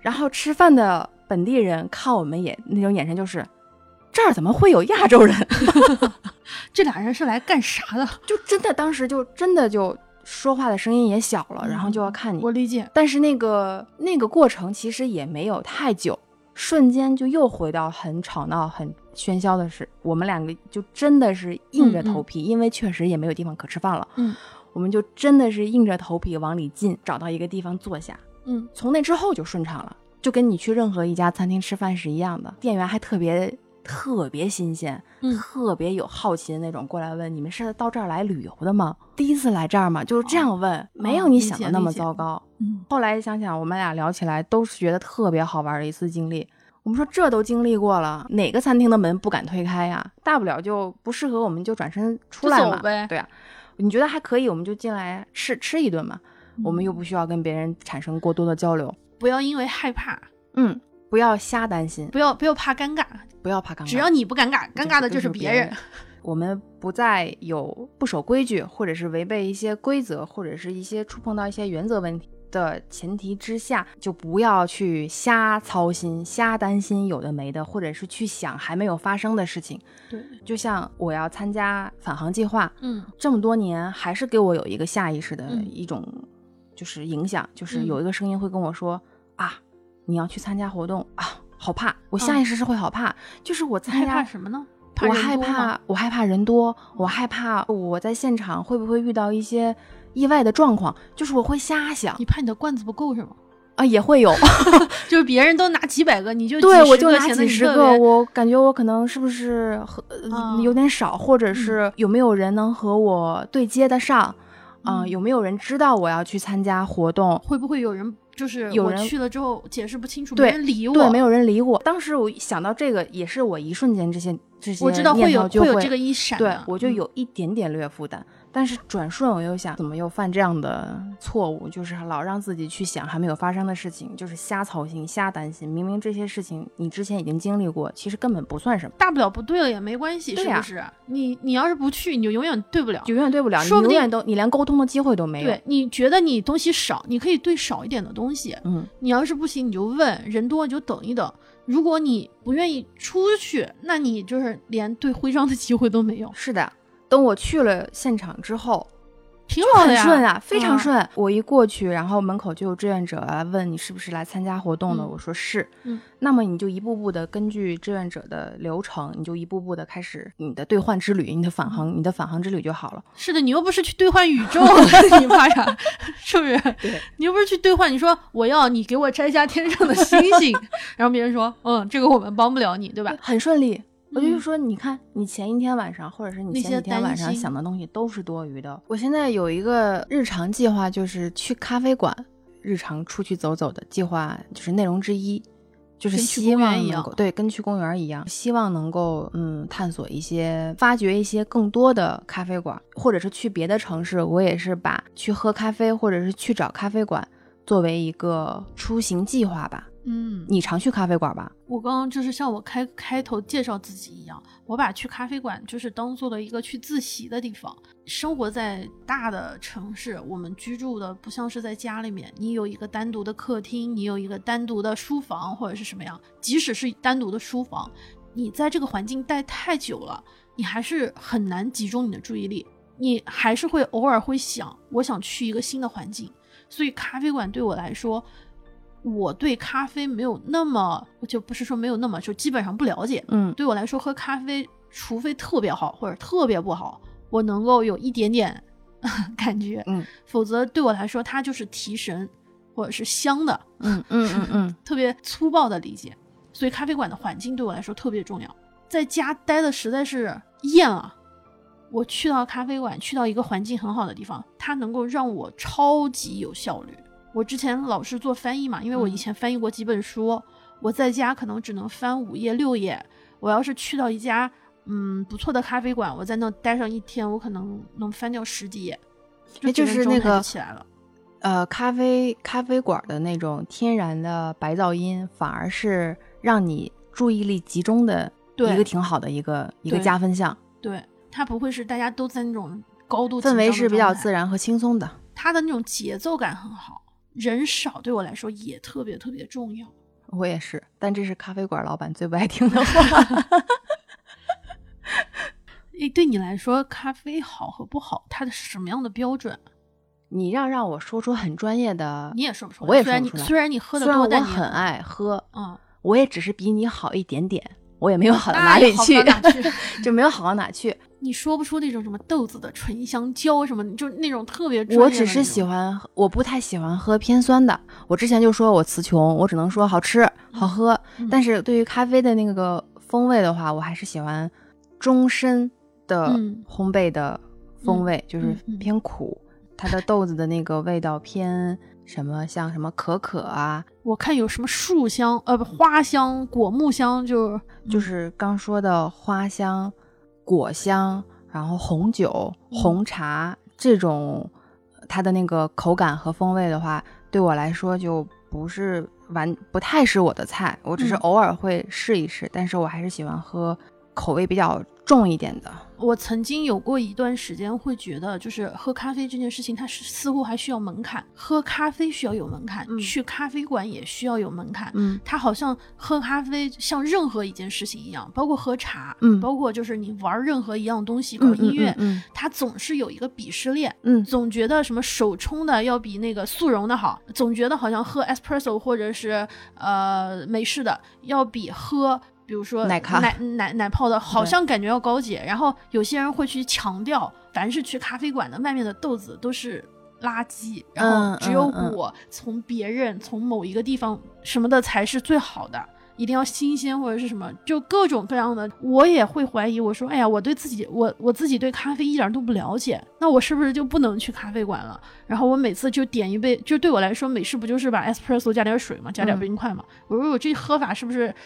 B: 然后吃饭的本地人看我们也那种眼神就是，这儿怎么会有亚洲人？ [LAUGHS]
A: 这俩人是来干啥的？
B: 就真的当时就真的就说话的声音也小了，然后就要看你。
A: 我理解，
B: 但是那个那个过程其实也没有太久，瞬间就又回到很吵闹、很喧嚣的事。我们两个就真的是硬着头皮，因为确实也没有地方可吃饭了。
A: 嗯，
B: 我们就真的是硬着头皮往里进，找到一个地方坐下。
A: 嗯，
B: 从那之后就顺畅了，就跟你去任何一家餐厅吃饭是一样的。店员还特别特别新鲜，
A: 嗯
B: 特别有好奇的那种过来问你们是到这儿来旅游的吗？第一次来这儿吗？就是这样问，没有你
A: 哦理解
B: 想的那么
A: 理解
B: 糟糕。
A: 嗯，
B: 后来想想，我们俩聊起来都是觉得特别好玩的一次经历。我们说这都经历过了，哪个餐厅的门不敢推开呀？大不了就不适合我们就转身出来
A: 就
B: 嘛
A: 走呗，
B: 对啊，你觉得还可以，我们就进来吃吃一顿嘛。
A: 嗯
B: 我们又不需要跟别人产生过多的交流，
A: 不要因为害怕，
B: 嗯，不要瞎担心，
A: 不要不要怕尴尬，
B: 不要怕尴尬，
A: 只要你不尴尬，尴尬的就是别人。
B: [LAUGHS] 我们不再有不守规矩，或者是违背一些规则，或者是一些触碰到一些原则问题的前提之下，就不要去瞎操心、瞎担心有的没的，或者是去想还没有发生的事情。
A: 对，
B: 就像我要参加返航计划，
A: 嗯
B: 这么多年还是给我有一个下意识的
A: 嗯
B: 一种就是影响，就是
A: 嗯
B: 有一个声音会跟我说、啊，你要去参加活动啊，好怕。我下意识是会好怕，就是我
A: 嗯
B: 参
A: 害
B: 加
A: 怕什么呢？怕
B: 我
A: 人
B: 害
A: 多吗嗯
B: 怕，我害怕人多，我害怕我在现场会不会遇到一些意外的状况，就是我会
A: [LAUGHS]
B: 瞎想
A: 你怕你的罐子不够是吗？
B: 啊，也会有，
A: 就是别人都拿几百个，你就
B: [LAUGHS] 对
A: [LAUGHS] 几
B: 我
A: 十
B: 就
A: 个
B: 拿
A: 显得
B: 几
A: 你
B: 十
A: 特
B: 个，
A: 别
B: 我感觉我可能是不是和、呃
A: 啊
B: 有点少，或者
A: 嗯
B: 是有没有人能和我对接得上，啊、
A: 嗯
B: 有没有人知道我要去参加活动，
A: 会不会有人就是
B: 有
A: 我
B: 人
A: 去了之后解释不清楚，
B: 对
A: 没人理我，
B: 对，没有人理我。当时我想到这个，也是我一瞬间这些这些
A: 我知道
B: 念
A: 有
B: 头就
A: 会有这个一闪的，
B: 对我就
A: 嗯
B: 有一点点略负担。但是转瞬我又想，怎么又犯这样的错误？就是老让自己去想还没有发生的事情，就是瞎操心、瞎担心。明明这些事情你之前已经经历过，其实根本不算什么，
A: 大不了不对了也没关系，
B: 对
A: 是
B: 呀
A: 不是？你你要是不去，你就永远对不了。
B: 就永远对不了，
A: 说
B: 你
A: 不
B: 永
A: 定
B: 远都你连沟通的机会都没有
A: 对。你觉得你东西少，你可以对少一点的东西。
B: 嗯，
A: 你要是不行，你就问人多你就等一等。如果你不愿意出去，那你就是连对徽章的机会都没有。
B: 是的。等我去了现场之后，
A: 挺
B: 就
A: 好的
B: 很
A: 呀，
B: 顺啊，非常
A: 嗯
B: 顺。我一过去，然后门口就有志愿者啊问你是不是来参加活动的，
A: 嗯
B: 我说是。
A: 嗯，
B: 那么你就一步步的根据志愿者的流程，你就一步步的开始你的兑换之旅，你的返航，你的返航之旅就好了。
A: 是的，你又不是去兑换宇宙，你怕啥？是不
B: 对
A: 是？你又不是去兑换，你说我要你给我摘下天上的星星， [LAUGHS] 然后别人说，嗯，这个我们帮不了你，对吧？
B: 很顺利。我就
A: 嗯
B: 说，你看，你前一天晚上，或者是你
A: 那
B: 前
A: 些
B: 几天晚
A: 担
B: 上
A: 心
B: 想的东西都是多余的。我现在有一个日常计划，就是去咖啡馆，日常出去走走的计划，就是内容之一，就是
A: 跟去
B: 希
A: 公园
B: 望
A: 一
B: 能
A: 样
B: 够对，跟去公园一样，希望能够嗯探索一些，发掘一些更多的咖啡馆，或者是去别的城市，我也是把去喝咖啡，或者是去找咖啡馆作为一个出行计划吧。
A: 嗯，
B: 你常去咖啡馆吧？
A: 我刚刚就是像我开开头介绍自己一样，我把去咖啡馆就是当做了一个去自习的地方。生活在大的城市，我们居住的不像是在家里面，你有一个单独的客厅，你有一个单独的书房或者是什么样。即使是单独的书房，你在这个环境待太久了，你还是很难集中你的注意力，你还是会偶尔会想，我想去一个新的环境。所以咖啡馆对我来说，我对咖啡没有那么，就不是说没有那么，就基本上不了解。
B: 嗯，
A: 对我来说，喝咖啡除非特别好或者特别不好，我能够有一点点 [LAUGHS] 感觉，
B: 嗯，
A: 否则对我来说，它就是提神或者是香的，
B: 嗯嗯嗯嗯，
A: 特别粗暴的理解。所以咖啡馆的环境对我来说特别重要。在家待的实在是厌了，我去到咖啡馆，去到一个环境很好的地方，它能够让我超级有效率。我之前老是做翻译嘛，因为我以
B: 嗯
A: 前翻译过几本书，我在家可能只能翻五页六页。我要是去到一家嗯不错的咖啡馆，我在那待上一天，我可能能翻掉十几页，
B: 哎就
A: 整
B: 是
A: 状
B: 那
A: 态
B: 个
A: 起来了。
B: 呃，咖啡咖啡馆的那种天然的白噪音，反而是让你注意力集中的
A: 对
B: 一个挺好的一个一个
A: 对
B: 加分项，
A: 对，它不会是大家都在那种高度
B: 氛围是比较
A: 自。
B: 自然和轻松的。
A: 它的那种节奏感很好，人少对我来说也特别特别重要。
B: 我也是，但这是咖啡馆老板最不爱听
A: [LAUGHS]
B: 的话。
A: 诶，对你来说，咖啡好和不好，它的是什么样的标准？啊
B: 你让让我说出很专业的，
A: 你也说不出来。
B: 我也
A: 虽
B: 说
A: 然
B: 不
A: 你
B: 出来。
A: 虽然你喝的
B: 虽然
A: 多，但
B: 我
A: 你也
B: 很爱喝，
A: 嗯，
B: 我也只是比你好一点点，我也没有好到哪
A: 那也
B: 里
A: 好不
B: 去
A: 到，哪去
B: [LAUGHS] 就没有好到哪去。
A: 你说不出那种什么豆子的醇香胶什么，就那种特别专业的
B: 我
A: 那种。
B: 只是喜欢喝，我不太喜欢喝偏酸的。我之前就说我词穷，我只能说好吃好喝。
A: 嗯
B: 但是对于咖啡的那个风味的话，我还是喜欢中深的
A: 嗯
B: 烘焙的风味，就是
A: 嗯嗯
B: 偏苦。它的豆子的那个味道偏什么，像什么可可啊，
A: 我看有什么树香，呃，不，花香、果木香，就是嗯
B: 就是刚说的花香、果香，然后红酒、
A: 嗯
B: 红茶这种，它的那个口感和风味的话，对我来说就不是完不太是我的菜。我只是
A: 嗯
B: 偶尔会试一试，但是我还是喜欢喝口味比较重一点的。
A: 我曾经有过一段时间会觉得，就是喝咖啡这件事情，它是似乎还需要门槛。喝咖啡需要有门槛，
B: 嗯
A: 去咖啡馆也需要有门槛。
B: 嗯
A: 它好像喝咖啡像任何一件事情一样，包括喝茶，
B: 嗯
A: 包括就是你玩任何一样东西，搞
B: 嗯
A: 音乐，
B: 嗯
A: 它总是有一个鄙视链。
B: 嗯
A: 总觉得什么手冲的要比那个速溶的好，总觉得好像喝 espresso 或者是呃美式的要比喝。比如说
B: 奶咖
A: 奶奶奶泡的，好像感觉要高级。然后有些人会去强调，凡是去咖啡馆的外面的豆子都是垃圾，然后
B: 嗯
A: 只有
B: 嗯嗯
A: 我从别人、从某一个地方什么的才是最好的，一定要新鲜或者是什么，就各种各样的。我也会怀疑，我说，哎呀，我对自己，我我自己对咖啡一点都不了解，那我是不是就不能去咖啡馆了？然后我每次就点一杯，就对我来说，美式不就是把 espresso 加点水嘛，加点
B: 嗯
A: 冰块嘛？我说我这喝法是不是 [LAUGHS]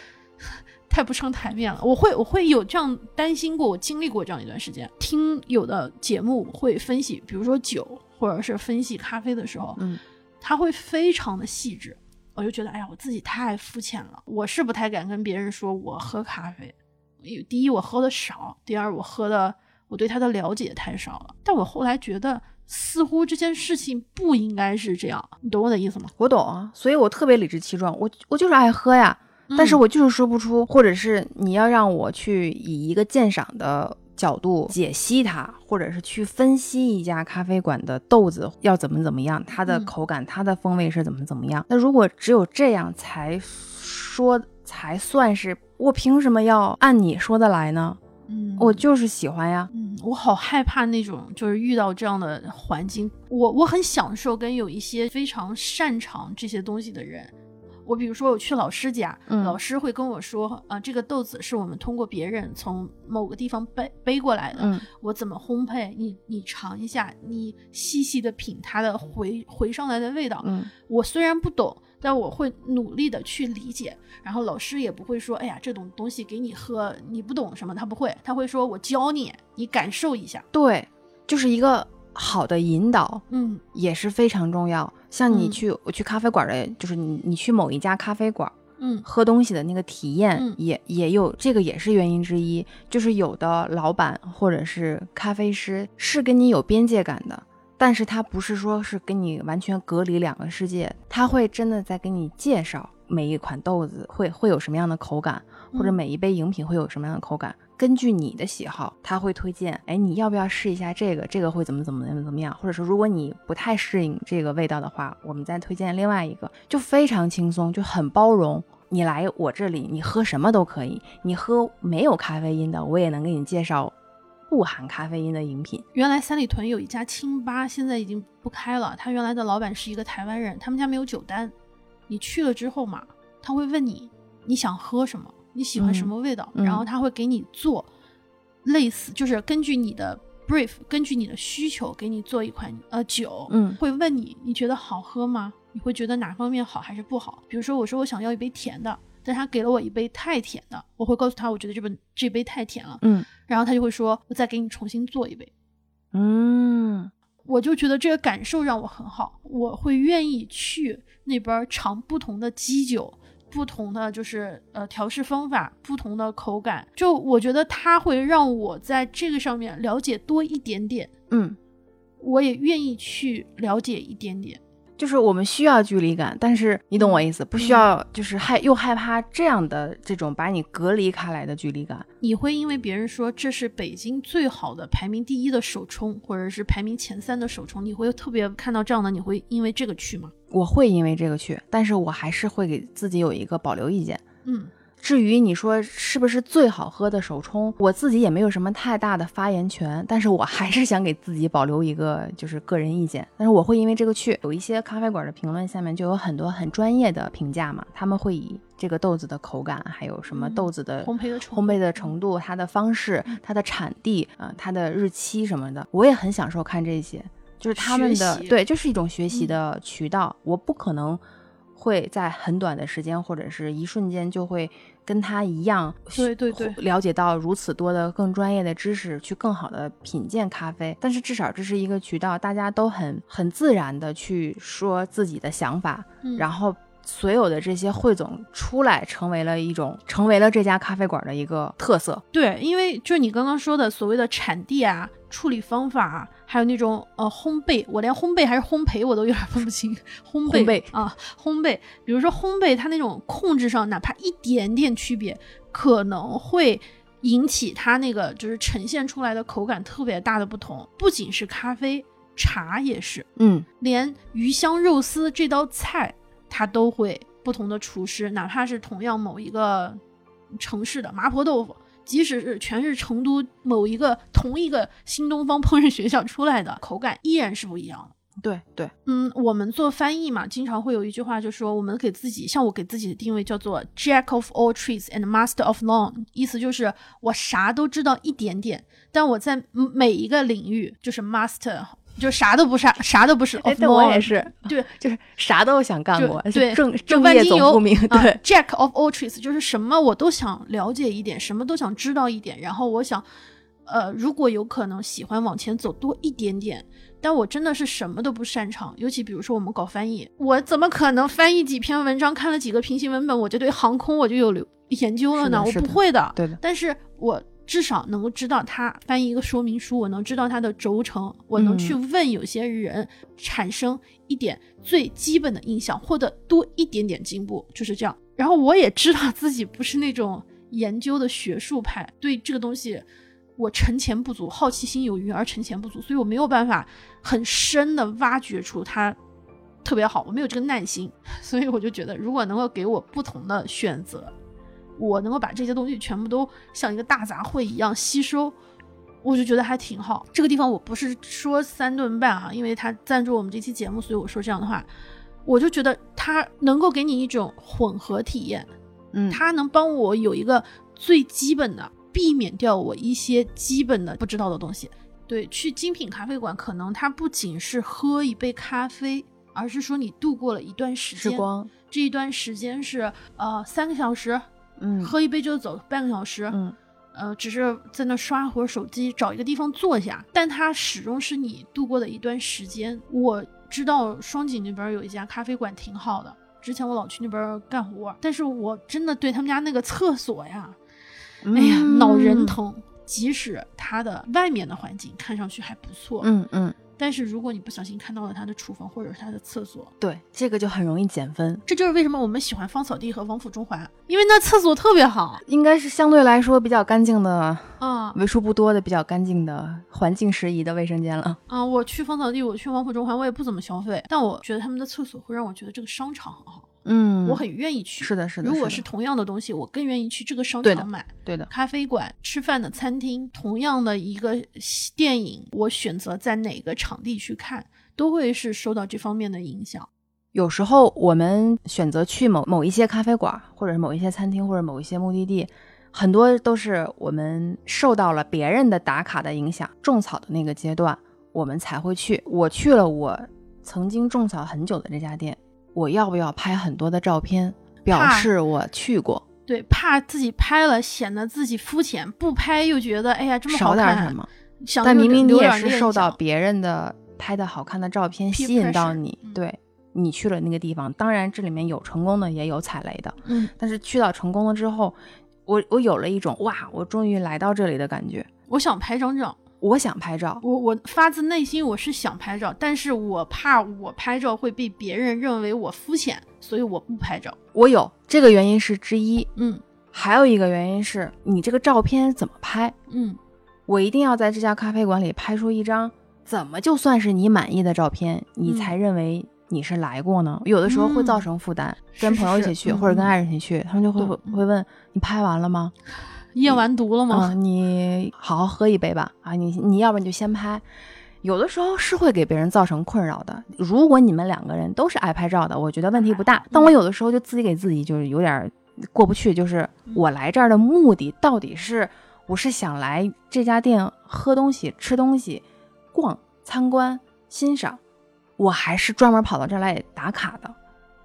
A: 太不上台面了？我会我会有这样担心过，我经历过这样一段时间。听有的节目会分析，比如说酒或者是分析咖啡的时候，
B: 嗯
A: 他会非常的细致。我就觉得，哎呀，我自己太肤浅了，我是不太敢跟别人说我喝咖啡。因为第一，我喝的少；第二，我喝的我对它的了解太少了。但我后来觉得，似乎这件事情不应该是这样，你懂我的意思吗？
B: 我懂啊，所以我特别理直气壮，我我就是爱喝呀。但是
A: 嗯
B: 我就是说不出，或者是你要让我去以一个鉴赏的角度解析它，或者是去分析一家咖啡馆的豆子要怎么怎么样，它的
A: 嗯
B: 口感、它的风味是怎么怎么样。那如果只有这样才说才算是，我凭什么要按你说的来呢？
A: 嗯
B: 我就是喜欢呀。
A: 嗯，我好害怕那种，就是遇到这样的环境。我我很享受跟有一些非常擅长这些东西的人。我比如说，我去老师家，
B: 嗯
A: 老师会跟我说，啊、这个豆子是我们通过别人从某个地方背背过来的，
B: 嗯
A: 我怎么烘焙，你你尝一下，你细细的品它的回回上来的味道。
B: 嗯
A: 我虽然不懂，但我会努力的去理解。然后老师也不会说，哎呀，这种东西给你喝，你不懂什么，他不会，他会说我教你，你感受一下。
B: 对，就是一个好的引导
A: 嗯
B: 也是非常重要。像你
A: 嗯
B: 去、我去咖啡馆的，就是你你去某一家咖啡馆
A: 嗯
B: 喝东西的那个体验
A: 嗯
B: 也，也、有这个也是原因之一。就是有的老板或者是咖啡师是跟你有边界感的。但是他不是说是跟你完全隔离两个世界，他会真的在给你介绍每一款豆子会会有什么样的口感，或者
A: 嗯
B: 每一杯饮品会有什么样的口感，根据你的喜好，他会推荐，哎，你要不要试一下这个？这个会怎么怎么怎么怎么样？或者说，如果你不太适应这个味道的话，我们再推荐另外一个，就非常轻松，就很包容。你来我这里，你喝什么都可以，你喝没有咖啡因的，我也能给你介绍不含咖啡因的饮品。
A: 原来三里屯有一家清吧，现在已经不开了。他原来的老板是一个台湾人，他们家没有酒单。你去了之后嘛，他会问你你想喝什么，你喜欢什么味道，
B: 嗯嗯
A: 然后他会给你做类似，就是根据你的 brief，根据你的需求给你做一款呃酒。
B: 嗯
A: 会问你你觉得好喝吗？你会觉得哪方面好还是不好？比如说我说我想要一杯甜的，但他给了我一杯太甜的，我会告诉他我觉得这本这杯太甜了，
B: 嗯
A: 然后他就会说我再给你重新做一杯。
B: 嗯
A: 我就觉得这个感受让我很好，我会愿意去那边尝不同的基酒，不同的就是呃调试方法，不同的口感。就我觉得它会让我在这个上面了解多一点点，
B: 嗯，
A: 我也愿意去了解一点点。
B: 就是我们需要距离感，但是你懂我意思，不需要就是害又害怕这样的这种把你隔离开来的距离感。
A: 你会因为别人说这是北京最好的排名第一的首冲，或者是排名前三的首冲，你会特别看到这样的，你会因为这个去吗？
B: 我会因为这个去，但是我还是会给自己有一个保留意见。
A: 嗯
B: 至于你说是不是最好喝的手冲，我自己也没有什么太大的发言权，但是我还是想给自己保留一个就是个人意见。但是我会因为这个去，有一些咖啡馆的评论下面就有很多很专业的评价嘛，他们会以这个豆子的口感，还有什么
A: 嗯
B: 豆子的
A: 烘焙的程
B: 烘焙的
A: 度嗯
B: 程度、它的方式、它的产地、啊、它的日期什么的，我也很享受看这些，就是他们的
A: 学习
B: 对，就是一种学习
A: 嗯
B: 的渠道。我不可能会在很短的时间或者是一瞬间就会跟他一样，呃
A: 对对对
B: 了解到如此多的更专业的知识，去更好的品鉴咖啡。但是至少这是一个渠道，大家都很很自然的去说自己的想法，
A: 嗯
B: 然后所有的这些汇总出来，成为了一种成为了这家咖啡馆的一个特色。
A: 对，因为就是你刚刚说的所谓的产地啊、处理方法啊，还有那种呃烘焙，我连烘焙还是烘焙我都有点分不清。烘
B: 烘
A: 焙
B: 焙
A: 啊，烘焙，比如说烘焙，它那种控制上哪怕一点点区别，可能会引起它那个就是呈现出来的口感特别大的不同。不仅是咖啡，茶也是，
B: 嗯
A: 连鱼香肉丝这道菜，它都会不同的厨师，哪怕是同样某一个城市的麻婆豆腐，即使是全是成都某一个同一个新东方烹饪学校出来的，口感依然是不一样的。
B: 对对，
A: 嗯，我们做翻译嘛，经常会有一句话就说，我们给自己，像我给自己的定位叫做 Jack of all trades and master of none，意思就是我啥都知道一点点，但我在每一个领域就是 master，就啥都不啥，啥都不是。
B: 哎
A: of，
B: 但我
A: none
B: 也是，
A: 对，
B: 就是啥都想干
A: 就
B: 过，
A: 对
B: 正
A: 就
B: 正
A: 万
B: 业
A: 金
B: 总
A: 油
B: 不 [LAUGHS] 明，
A: 啊
B: 对，
A: Jack of all trades，就是什么我都想了解一点，什么都想知道一点。然后我想，呃，如果有可能，喜欢往前走多一点点。但我真的是什么都不擅长，尤其比如说我们搞翻译，我怎么可能翻译几篇文章，看了几个平行文本，我就对航空我就有了研究了
B: 是的
A: 呢？我
B: 是
A: 不
B: 的
A: 会的。
B: 对的，
A: 但是我至少能够知道它翻译一个说明书，我能知道它的轴承，我能去问有些人，产生一点最基本的印象，或者多一点点进步，就是这样。然后我也知道自己不是那种研究的学术派，对这个东西我沉潜不足，好奇心有余而沉潜不足，所以我没有办法很深的挖掘出它特别好，我没有这个耐心，所以我就觉得，如果能够给我不同的选择，我能够把这些东西全部都像一个大杂烩一样吸收，我就觉得还挺好。这个地方我不是说三顿半啊，因为他赞助我们这期节目，所以我说这样的话，我就觉得它能够给你一种混合体验，
B: 嗯，
A: 它能帮我有一个最基本的，避免掉我一些基本的不知道的东西。对，去精品咖啡馆，可能它不仅是喝一杯咖啡，而是说你度过了一段时
B: 时
A: 间，
B: 光，
A: 这一段时间是呃三个小时，
B: 嗯
A: 喝一杯就走，半个小时，
B: 嗯
A: 呃，只是在那刷会儿手机，找一个地方坐下，但它始终是你度过的一段时间。我知道双井那边有一家咖啡馆挺好的，之前我老去那边干活，但是我真的对他们家那个厕所呀，哎呀，脑仁
B: 嗯，
A: 疼。即使它的外面的环境看上去还不错，
B: 嗯嗯，
A: 但是如果你不小心看到了它的厨房或者是它的厕所，
B: 对，这个就很容易减分，
A: 这就是为什么我们喜欢芳草地和王府中环，因为那厕所特别好
B: 应该是相对来说比较干净的，
A: 啊。
B: 为数不多的比较干净的、环境适宜的卫生间了。
A: 啊、我去芳草地，我去王府中环，我也不怎么消费，但我觉得他们的厕所会让我觉得这个商场很好，
B: 嗯
A: 我很愿意去。
B: 是的，是的，
A: 如果
B: 是
A: 是
B: 的
A: 同样的东西，我更愿意去这个商
B: 对的
A: 场买。
B: 对的，
A: 咖啡馆、吃饭的餐厅，同样的一个戏电影，我选择在哪个场地去看，都会是受到这方面的影响。
B: 有时候我们选择去某某一些咖啡馆，或者是某一些餐厅，或者某一些目的地，很多都是我们受到了别人的打卡的影响，种草的那个阶段，我们才会去。我去了我曾经种草很久的这家店，我要不要拍很多的照片，表
A: 怕
B: 示我去过，
A: 对，怕自己拍了显得自己肤浅，不拍又觉得哎呀这么好
B: 少
A: 看，
B: 点什么？
A: 想
B: 但
A: 留点
B: 明明你
A: 留
B: 也
A: 点
B: 是
A: 念
B: 受到
A: 想
B: 别人的拍的好看的照片
A: Peer
B: 吸引到
A: pressure，
B: 你，
A: 嗯
B: 对你去了那个地方。当然，这里面有成功的，也有踩雷的。
A: 嗯，
B: 但是去到成功了之后，我我有了一种哇，我终于来到这里的感觉。
A: 我想拍张照，
B: 我想拍照，
A: 我我发自内心我是想拍照，但是我怕我拍照会被别人认为我肤浅，所以我不拍照。
B: 我有这个原因是之一，
A: 嗯
B: 还有一个原因是你这个照片怎么拍，
A: 嗯，
B: 我一定要在这家咖啡馆里拍出一张怎么就算是你满意的照片，你
A: 嗯
B: 才认为你是来过呢？有的时候会造成负担，
A: 是
B: 跟
A: 是
B: 朋友一
A: 是
B: 起去
A: 嗯
B: 或者
A: 嗯
B: 跟爱人一起去，他们就会会
A: 懂
B: 会问你拍完了吗？
A: 验完毒了
B: 啊、
A: 吗？
B: 你好好喝一杯吧。啊，你你要不然你就先拍。有的时候是会给别人造成困扰的。如果你们两个人都是爱拍照的，我觉得问题不大。但我有的时候就自己给自己就是有点儿过不去，就是我来这儿的目的到底是我是想来这家店喝东西、吃东西、逛、参观、欣赏，我还是专门跑到这儿来打卡的。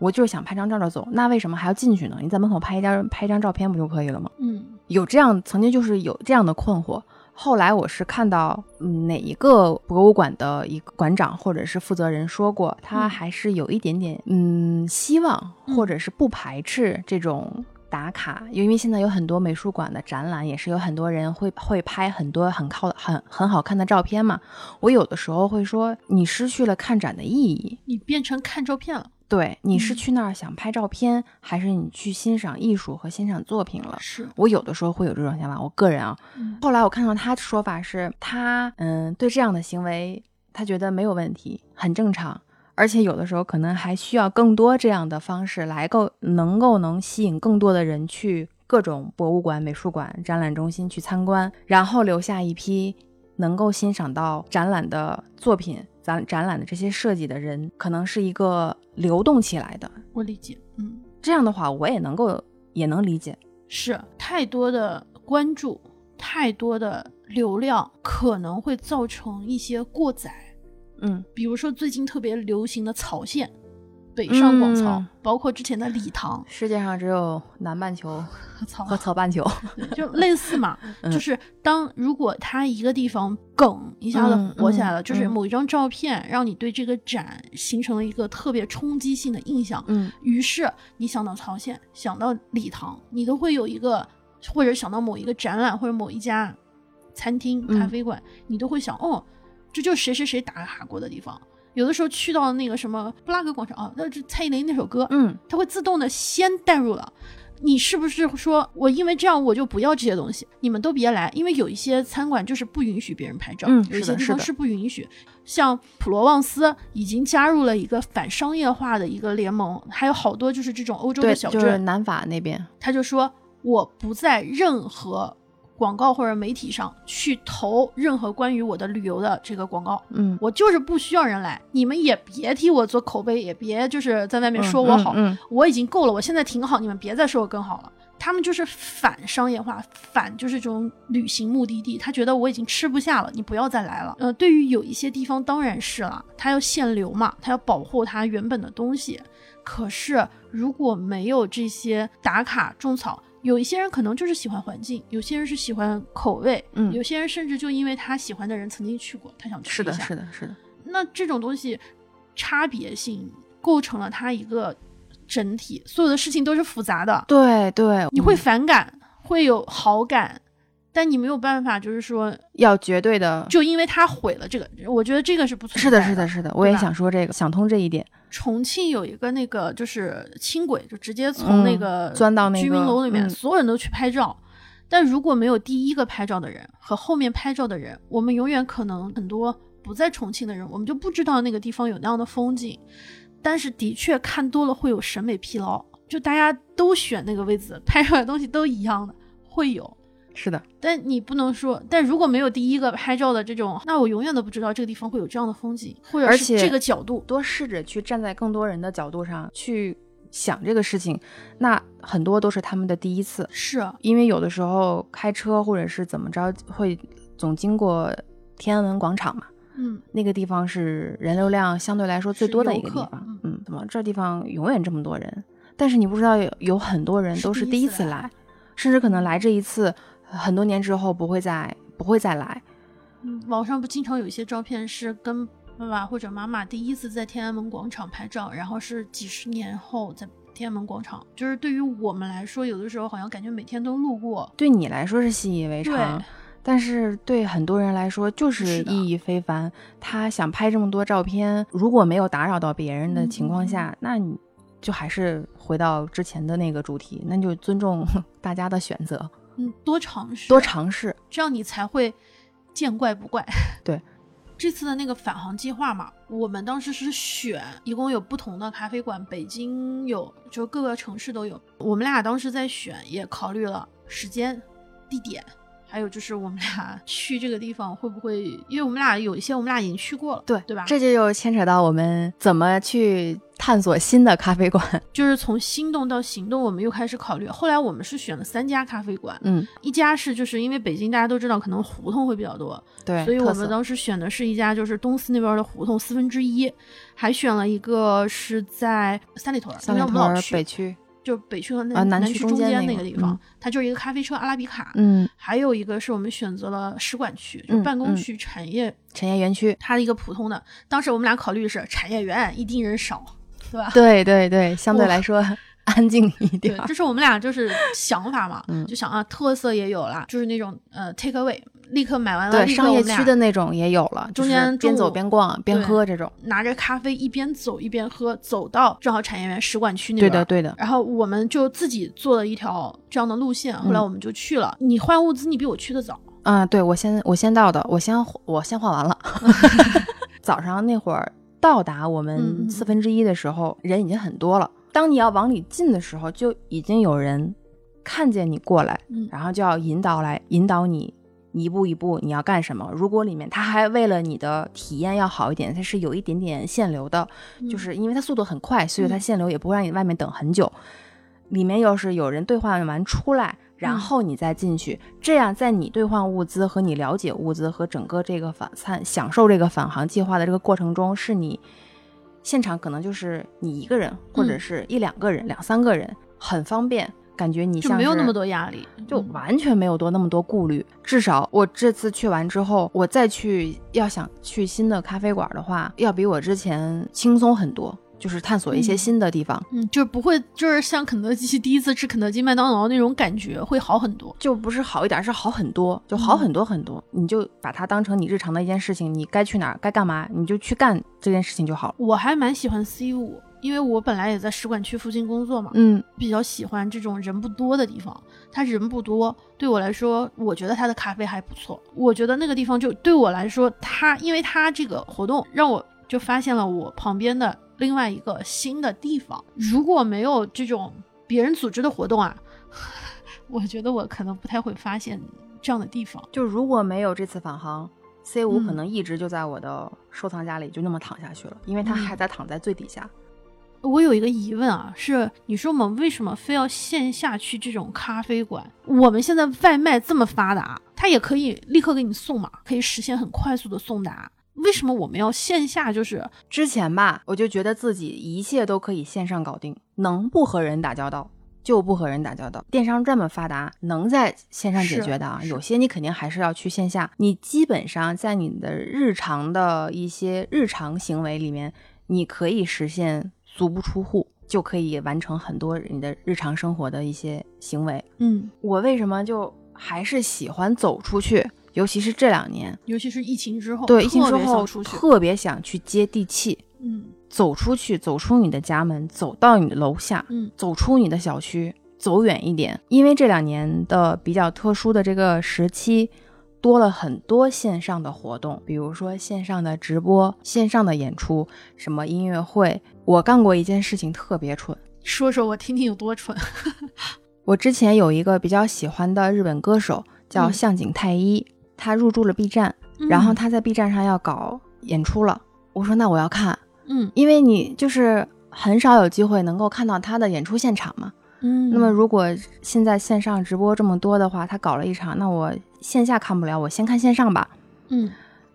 B: 我就是想拍张照就走，那为什么还要进去呢？你在门口拍一张拍一张照片不就可以了吗？
A: 嗯
B: 有这样曾经就是有这样的困惑。后来我是看到嗯哪一个博物馆的一个馆长或者是负责人说过，他
A: 嗯
B: 还是有一点点嗯希望
A: 嗯
B: 或者是不排斥这种打卡，因为现在有很多美术馆的展览也是有很多人会会拍很多很靠很很好看的照片嘛。我有的时候会说，你失去了看展的意义。
A: 你变成看照片了。
B: 对，你是
A: 嗯
B: 去那儿想拍照片，还是你去欣赏艺术和欣赏作品了？
A: 是，
B: 我有的时候会有这种想法，我个人啊，
A: 嗯
B: 后来我看到他的说法是，他嗯对这样的行为，他觉得没有问题，很正常，而且有的时候可能还需要更多这样的方式来够能够能吸引更多的人去各种博物馆、美术馆、展览中心去参观，然后留下一批能够欣赏到展览的作品。展展览的这些设计的人，可能是一个流动起来的，
A: 我理解。嗯，
B: 这样的话我也能够也能理解。
A: 是太多的关注，太多的流量可能会造成一些过载。
B: 嗯，
A: 比如说最近特别流行的曹县、北上广曹，
B: 嗯
A: 包括之前的礼堂
B: 世界上只有南半球
A: 和曹
B: 和 [LAUGHS] 草半球。
A: 对就类似嘛，
B: 嗯
A: 就是当如果它一个地方梗一下子
B: 嗯
A: 火起来了，
B: 嗯
A: 就是
B: 嗯
A: 某一张照片让你对这个展形成了一个特别冲击性的印象，
B: [LAUGHS] 嗯
A: 于是你想到曹县，想到礼堂，你都会有一个，或者想到某一个展览或者某一家餐厅、
B: 嗯
A: 咖啡馆，你都会想，哦，这就是谁谁谁打卡过的地方。有的时候去哦到那个什么布拉格广场啊，那这蔡依林那首歌，
B: 嗯，
A: 它会自动的先带入了。你是不是说我因为这样我就不要这些东西？你们都别来，因为有一些餐馆就是不允许别人拍照，
B: 嗯
A: 有一
B: 是
A: 些
B: 的
A: 地
B: 是
A: 方
B: 的
A: 是不允许。像普罗旺斯已经加入了一个反商业化的一个联盟，还有好多就是这种欧洲
B: 对，
A: 的小
B: 就
A: 镇，
B: 是南法那边，
A: 他就说我不在任何广告或者媒体上去投任何关于我的旅游的这个广告，
B: 嗯，
A: 我就是不需要人来，你们也别替我做口碑，也别就是在外面
B: 嗯
A: 说我好，
B: 嗯嗯
A: 我已经够了，我现在挺好，你们别再说我更好了。他们就是反商业化，反就是这种旅行目的地。他觉得我已经吃不下了，你不要再来了。呃，对于有一些地方当然是了、他要限流嘛，他要保护他原本的东西。可是如果没有这些打卡种草，有一些人可能就是喜欢环境，有些人是喜欢口味，
B: 嗯
A: 有些人甚至就因为他喜欢的人曾经去过，他想去
B: 是的，
A: 一下
B: 是的，是的，
A: 那这种东西差别性构成了它一个整体，所有的事情都是复杂的，
B: 对对，
A: 你会
B: 嗯
A: 反感，会有好感，但你没有办法，就是说，
B: 要绝对的，
A: 就因为它毁了这个，我觉得这个是不存
B: 是
A: 在
B: 的，
A: 的，
B: 是的，。是的，我也
A: 对吧
B: 想说这个，想通这一点，
A: 重庆有一个那个就是轻轨，就直接从那
B: 嗯
A: 个
B: 钻到那
A: 居民
B: 个
A: 楼里面，
B: 嗯
A: 所有人都去拍照。但如果没有第一个拍照的人和后面拍照的人，我们永远可能很多不在重庆的人，我们就不知道那个地方有那样的风景。但是的确看多了会有审美疲劳，就大家都选那个位置，拍出来的东西都一样的，会有。
B: 是的，
A: 但你不能说，但如果没有第一个拍照的这种，那我永远都不知道这个地方会有这样的风景，或者
B: 而
A: 是
B: 且
A: 这个角度。
B: 多试着去站在更多人的角度上去想这个事情，那很多都是他们的第一次，
A: 是啊，
B: 因为有的时候开车或者是怎么着，会总经过天安门广场嘛，
A: 嗯，
B: 那个地方是人流量相对来说最
A: 是
B: 多的
A: 游
B: 一个地
A: 客
B: 方
A: 嗯。
B: 嗯，怎么这地方永远这么多人？但是你不知道有有很多人
A: 是
B: 都是
A: 第
B: 第
A: 一
B: 一
A: 次
B: 次
A: 来嗯
B: 来，甚至可能来这一次，很多年之后不会再不会再来。
A: 嗯，网上不经常有一些照片是跟爸爸或者妈妈第一次在天安门广场拍照，然后是几十年后在天安门广场。就是对于我们来说，有的时候好像感觉每天都路过。
B: 对你来说是习以为
A: 对
B: 常，但是对很多人来说就是
A: 是的
B: 意义非凡。他想拍这么多照片，如果没有打扰到别人的情况下，
A: 嗯
B: 那你就还是回到之前的那个主题，那就尊重 [LAUGHS] 大家的选择，
A: 嗯，多尝试，
B: 多，尝试。
A: 这样你才会见怪不怪。 [LAUGHS]
B: 对。
A: 这次的那个返航计划嘛，我们当时是选，一共有不同的咖啡馆，北京有，就各个城市都有。我们俩当时在选，也考虑了时间、地点，还有就是我们俩去这个地方会不会，因为我们俩有一些我们俩已经去过了，
B: 对
A: 对吧？
B: 这就又牵扯到我们怎么去探索新的咖啡馆。
A: [LAUGHS] 就是从心动到行动，我们又开始考虑。后来我们是选了三家咖啡馆，
B: 嗯，
A: 一家是就是因为北京大家都知道，可能胡同会比较多，
B: 对，
A: 所以我
B: 特色
A: 们当时选的是一家就是东四那边的胡同四分之一，还选了一个是在三里屯儿，
B: 三
A: 因
B: 里
A: 为我们
B: 屯
A: 老
B: 儿
A: 去
B: 北区，
A: 就是北区和南、
B: 啊南
A: 南
B: 区
A: 区
B: 中
A: 中
B: 间
A: 间
B: 那
A: 个
B: 个
A: 地方，
B: 嗯
A: 它就是一个咖啡车阿拉比卡。
B: 嗯，
A: 还有一个是我们选择了使馆区，就
B: 嗯
A: 办公
B: 嗯
A: 区产业，
B: 陈业
A: [LAUGHS]
B: 园区。
A: 它的一个普通的。当时我们俩考虑是产业园一定人少，对吧？
B: 对对对，相对来说 [LAUGHS] 安静一
A: 对
B: 点，。
A: 这是我们俩就是想法嘛，
B: 啊嗯
A: 就想啊，特色也有了，就是那种呃 take away，立刻买完了，
B: 对，
A: 立刻
B: 商
A: 我
B: 业
A: 们俩
B: 区的那种也有了，就
A: 中
B: 是
A: 间
B: 边
A: 中
B: 走
A: 午
B: 边逛边
A: 对
B: 喝这种。
A: 拿着咖啡一边走一边喝，走到正好产业园使馆区那
B: 对
A: 边。
B: 的，对的，
A: 然后我们就自己做了一条这样的路线，后来
B: 嗯
A: 我们就去了。你换物资，你比我去的早，
B: 啊，对我先我先到的，我先我先
A: [LAUGHS]
B: 换完了。早上那会儿到达我
A: 嗯嗯
B: 们
A: 嗯
B: 四分之一的时候，人已经很多了。当你要往里进的时候，就已经有人看见你过来，
A: 嗯
B: 然后就要引导来引导你一步一步你要干什么。如果里面他还为了你的体验要好一点，它是有一点点限流的，就
A: 嗯
B: 是因为它速度很快，所以它
A: 嗯
B: 限流也不会让你外面等很久。里面要是有人兑换完出来，然
A: 嗯
B: 后你再进去，这样在你兑换物资和你了解物资和整个这个返餐享受这个返航计划的这个过程中，是你现场可能就是你一个人，或者
A: 嗯
B: 是一两个人、两三个人，很方便，感觉你
A: 就
B: 像
A: 没有
B: 是
A: 那么多压力，
B: 就
A: 嗯
B: 完全没有多那么多顾虑。至少我这次去完之后，我再去要想去新的咖啡馆的话，要比我之前轻松很多，就是探索一些
A: 嗯
B: 新的地方，
A: 嗯，就是不会，就是像肯德基第 [LAUGHS] 一次吃肯德基、麦当劳那种感觉会好很多。
B: 就不是好一点，是好很多，就好很
A: 嗯
B: 多很多。你就把它当成你日常的一件事情，你该去哪儿该干嘛，你就去干这件事情就好了。
A: 我还蛮喜欢 C 五，因为我本来也在使馆区附近工作嘛，
B: 嗯
A: 比较喜欢这种人不多的地方。它人不多，对我来说，我觉得它的咖啡还不错。我觉得那个地方就对我来说，它因为它这个活动让我就发现了我旁边的另外一个新的地方。如果没有这种别人组织的活动啊， [LAUGHS] 我觉得我可能不太会发现这样的地方。
B: 就如果没有这次返航，C 五
A: 嗯
B: 可能一直就在我的收藏夹里就那么躺下去了，因为它
A: 嗯
B: 还在躺在最底下。
A: 我有一个疑问啊，是你说我们为什么非要线下去这种咖啡馆？我们现在外卖这么发达，它也可以立刻给你送嘛，可以实现很快速的送达。为什么我们要线下？就是
B: 之前吧，我就觉得自己一切都可以线上搞定，能不和人打交道就不和人打交道。电商这么发达，能在线上解
A: 是
B: 决的啊，
A: 是
B: 有些你肯定还是要去线下。你基本上在你的日常的一些日常行为里面，你可以实现足不出户，就可以完成很多你的日常生活的一些行为。
A: 嗯，
B: 我为什么就还是喜欢走出去？尤其是这两年，
A: 尤其是疫情之后，
B: 对疫
A: 特
B: 情之
A: 别想
B: 后，
A: 出去，
B: 特别想去接地气。
A: 嗯
B: 走出去，走出你的家门，走到你的楼下，
A: 嗯
B: 走出你的小区，走远一点。因为这两年的比较特殊的这个时期，多了很多线上的活动，比如说线上的直播、线上的演出，什么音乐会。我干过一件事情特别蠢，
A: 说说我听听有多蠢。
B: 我之前有一个比较喜欢的日本歌手叫
A: 嗯
B: 向井太一，他入驻了 B 站， [LAUGHS] 然后他在 B 站上要搞演出了。我说那我要看，
A: 嗯
B: 因为你就是很少有机会能够看到他的演出现场嘛。
A: 嗯，
B: 那么如果现在线上直播这么多的话，他搞了一场，那我线下看不了，我先看线上吧。
A: 嗯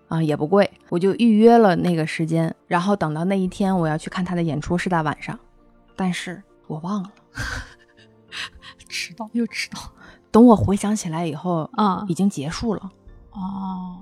B: 啊、也不贵，我就预约了那个时间，然后等到那一天我要去看他的演出是在晚上，但是我忘了。
A: 迟到又迟到
B: 等我回想起来以后，
A: 啊
B: 已经结束了，
A: 哦，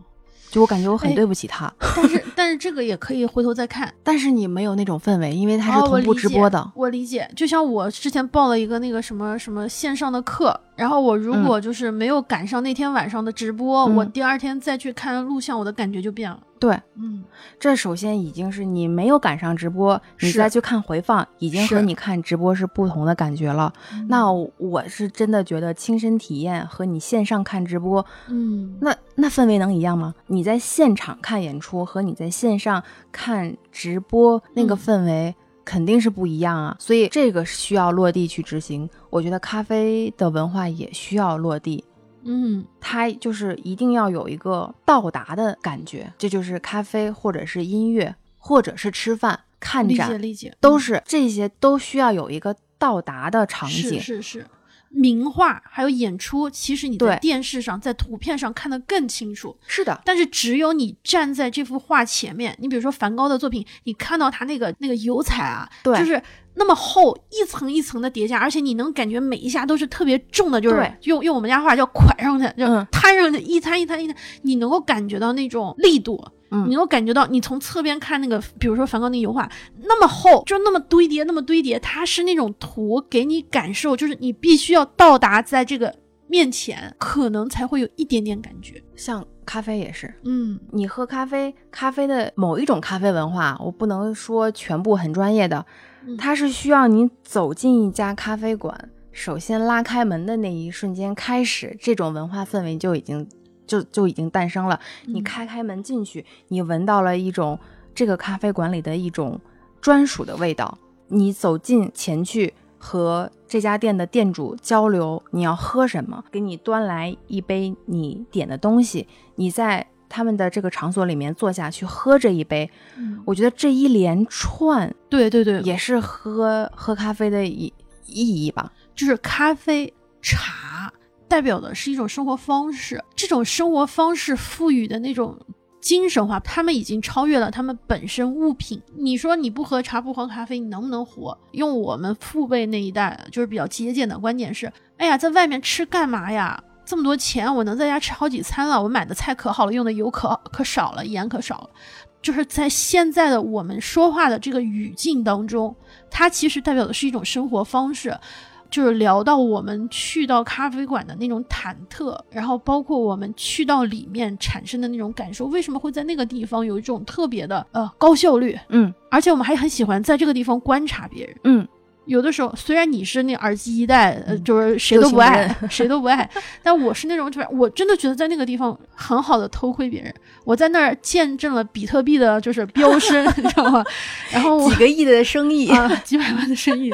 B: 就我感觉我很
A: 哎
B: 对不起他。 [LAUGHS]
A: 但是但是这个也可以回头再看。
B: 但是你没有那种氛围，因为他是
A: 哦我
B: 同步
A: 理
B: 直
A: 解
B: 播的。
A: 我理解，就像我之前报了一个那个什么什么线上的课，然后我如
B: 嗯
A: 果就是没有赶上那天晚上的直播，
B: 嗯
A: 我第二天再去看录像，我的感觉就变了。
B: 对，
A: 嗯，
B: 这首先已经是你没有赶上直播，你
A: 是
B: 再去看回放，已经和
A: 是
B: 你看直播是不同的感觉了。那
A: 嗯
B: 我是真的觉得亲身体验和你线上看直播，
A: 嗯，
B: 那那氛围能一样吗？你在现场看演出和你在线上看直播那个
A: 嗯
B: 氛围。肯定是不一样啊，所以这个需要落地去执行。我觉得咖啡的文化也需要落地，
A: 嗯
B: 它就是一定要有一个到达的感觉，这就是咖啡或者是音乐，或者是吃饭、看
A: 理解
B: 展，
A: 理解，
B: 都
A: 嗯
B: 是这些都需要有一个到达的场
A: 是。
B: 景
A: 是是。名画还有演出，其实你在
B: 对
A: 电视上、在图片上看得更清楚，
B: 是的，
A: 但是只有你站在这幅画前面，你比如说梵高的作品，你看到他那个那个油彩啊，
B: 对
A: 就是那么厚一层一层的叠加，而且你能感觉每一下都是特别重的，就是
B: 对
A: 用用我们家话叫蒯
B: [LAUGHS]
A: 上去，就
B: 嗯
A: 摊上去，一摊一摊一摊，你能够感觉到那种力度。
B: 嗯
A: 你能够感觉到，你从侧边看那个，比如说梵高那油画，那么厚，就那么堆叠，那么堆叠，它是那种图给你感受，就是你必须要到达在这个面前，可能才会有一点点感觉。
B: 像咖啡也是，
A: 嗯，
B: 你喝咖啡，咖啡的某一种咖啡文化，我不能说全部很专业的，
A: 嗯
B: 它是需要你走进一家咖啡馆，首先拉开门的那一瞬间开始，这种文化氛围就已经就就已经诞生了。你
A: 嗯
B: 开开门进去，你闻到了一种这个咖啡馆里的一种专属的味道。你走近前去和这家店的店主交流，你要喝什么，给你端来一杯你点的东西，你在他们的这个场所里面坐下去喝这一杯。
A: 嗯
B: 我觉得这一连串
A: 对对对，
B: 也是喝喝咖啡的意意义吧。
A: 就是咖啡、茶代表的是一种生活方式，这种生活方式赋予的那种精神化，他们已经超越了他们本身物品。你说你不喝茶不喝咖啡，你能不能活？用我们父辈那一代就是比较节俭的观点是：哎呀，在外面吃干嘛呀？这么多钱，我能在家吃好几餐了。我买的菜可好了，用的油可可少了，盐可少了。就是在现在的我们说话的这个语境当中，它其实代表的是一种生活方式。就是聊到我们去到咖啡馆的那种忐忑，然后包括我们去到里面产生的那种感受，为什么会在那个地方有一种特别的呃高效率，
B: 嗯
A: 而且我们还很喜欢在这个地方观察别人。
B: 嗯，
A: 有的时候虽然你是那耳机一戴，呃，
B: 嗯
A: 就是谁
B: 流
A: 都不
B: 行
A: 爱，谁都不爱，但我是那种就是我真的觉得在那个地方很好的偷窥别人，我在那儿见证了比特币的就是飙升， [LAUGHS] 你知道吗？然后我
B: 几个亿的生意，
A: 啊，几百万的生意， [LAUGHS]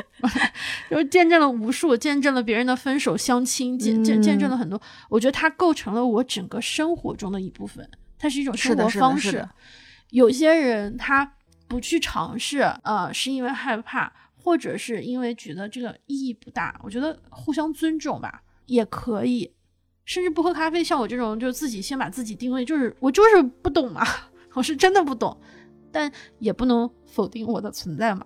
A: 就是见证了无数，见证了别人的分手、相亲，见见见证
B: 嗯
A: 了很多。我觉得它构成了我整个生活中的一部分，它是一种生
B: 是的
A: 活
B: 是的
A: 方
B: 是
A: 式
B: 的。
A: 有些人他不去尝试，呃，是因为害怕，或者是因为觉得这个意义不大。我觉得互相尊重吧，也可以。甚至不喝咖啡，像我这种，就自己先把自己定位，就是我就是不懂嘛，我是真的不懂，但也不能否定我的存在嘛。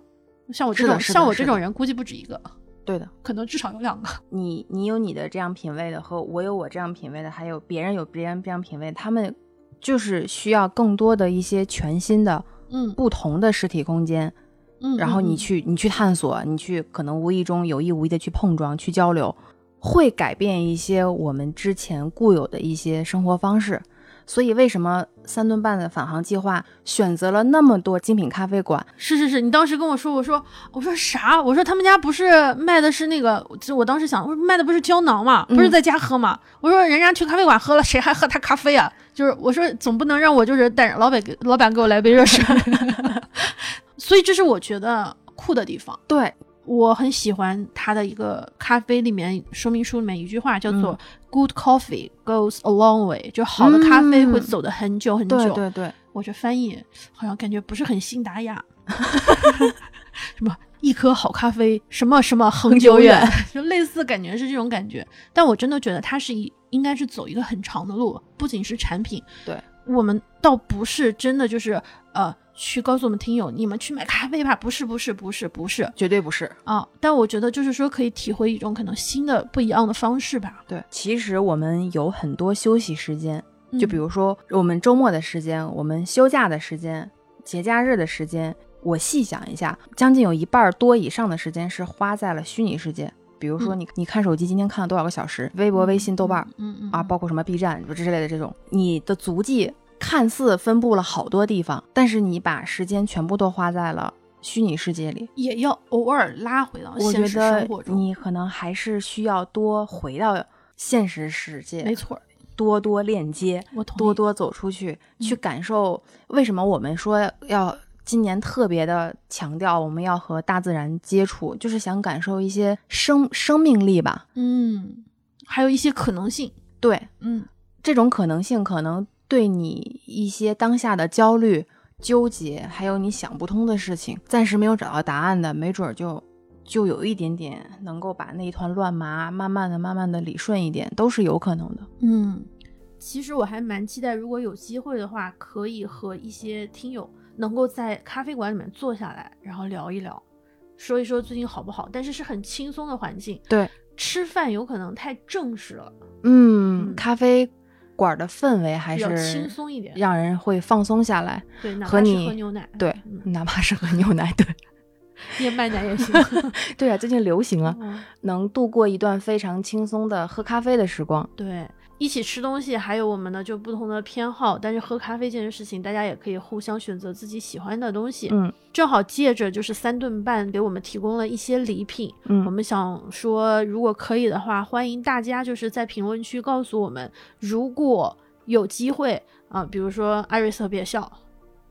A: 像我这
B: 是的
A: 种，
B: 是的
A: 像我
B: 是
A: 这
B: 的
A: 种人，估计不止一个，
B: [LAUGHS] 对的，
A: 可能至少有两个。
B: 你你有你的这样品味的和我有我这样品味的，还有别人有别人这样品味，他们就是需要更多的一些全新的、
A: 嗯
B: 不同的实体空间，
A: 嗯，
B: 然后
A: 嗯
B: 你
A: 嗯
B: 去你去探索，你去可能无意中有意无意的去碰撞、去交流，会改变一些我们之前固有的一些生活方式。所以为什么三顿半的返航计划选择了那么多精品咖啡馆？
A: 是是是，你当时跟我说，我说我说啥？我说他们家不是卖的是那个，就我当时想，我说卖的不是胶囊嘛，不是
B: 嗯
A: 在家喝嘛？我说人家去咖啡馆喝了，谁还喝他咖啡啊？就是我说总不能让我就是带老板给老板给我来杯热水， [LAUGHS] 所以这是我觉得酷的地方。
B: 对，
A: 我很喜欢他的一个咖啡里面说明书里面一句话叫做、
B: 嗯
A: “Good coffee goes a long way”，就好的咖啡会
B: 嗯
A: 走得很久很久。
B: 对对对，
A: 我这翻译好像感觉不是很新达雅， [LAUGHS] 什么一颗好咖啡，什么什么恒久远，就类似感觉是这种感觉。但我真的觉得它是一应该是走一个很长的路，不仅是产品，
B: 对
A: 我们倒不是真的就是呃去告诉我们听友你们去买咖啡吧，不是不是不是不是
B: 绝对不是。
A: 啊，但我觉得就是说可以体会一种可能新的不一样的方式吧，
B: 对，其实我们有很多休息时间，
A: 嗯
B: 就比如说我们周末的时间，我们休假的时间，节假日的时间，我细想一下，将近有一半儿多以上的时间是花在了虚拟世界。比如说
A: 嗯
B: 你、你看手机，今天看了多少个小时？微博、微信、豆瓣儿、
A: 嗯嗯
B: 啊，包括什么 B 站之类的这种，你的足迹看似分布了好多地方，但是你把时间全部都花在了虚拟世界里。
A: 也要偶尔拉回到
B: 我
A: 哦现
B: 觉
A: 实
B: 得
A: 生活中，
B: 你可能还是需要多回到现实世界，
A: 没错儿，
B: 多多链接，
A: 我同意嗯
B: 多多走出去，去感受为什么我们说要今年特别的强调我们要和大自然接触，就是想感受一些生生命力吧。
A: 嗯，还有一些可能性。
B: 对，
A: 嗯，
B: 这种可能性可能对你一些当下的焦虑、纠结，还有你想不通的事情，暂时没有找到答案的，没准儿就。就有一点点能够把那一团乱麻，慢慢的、慢慢的理顺一点，都是有可能的。
A: 嗯，其实我还蛮期待，如果有机会的话，可以和一些听友能够在咖啡馆里面坐下来，然后聊一聊，说一说最近好不好，但是是很轻松的环境。
B: 对，
A: 吃饭有可能太正式了，嗯
B: 嗯，咖啡馆的氛围还
A: 比较
B: 是
A: 轻松一点。
B: 让人会放松下来。
A: 对，哪
B: 和
A: 怕是
B: 你
A: 喝牛奶，
B: 对
A: [LAUGHS] 嗯，
B: 哪怕是喝牛奶， [LAUGHS]
A: [LAUGHS]
B: 对
A: 燕麦奶也 [LAUGHS] 行。
B: 对啊，最近流行啊，
A: 嗯
B: 能度过一段非常轻松的喝咖啡的时光。
A: 对，一起吃东西，还有我们的就不同的偏好，但是喝咖啡这件事情，大家也可以互相选择自己喜欢的东西。
B: 嗯，
A: 正好借着就是三顿半给我们提供了一些礼品，我
B: 嗯，
A: 们想说，如果可以的话，欢迎大家就是在评论区告诉我们，如果有机会啊、比如说艾瑞斯别笑，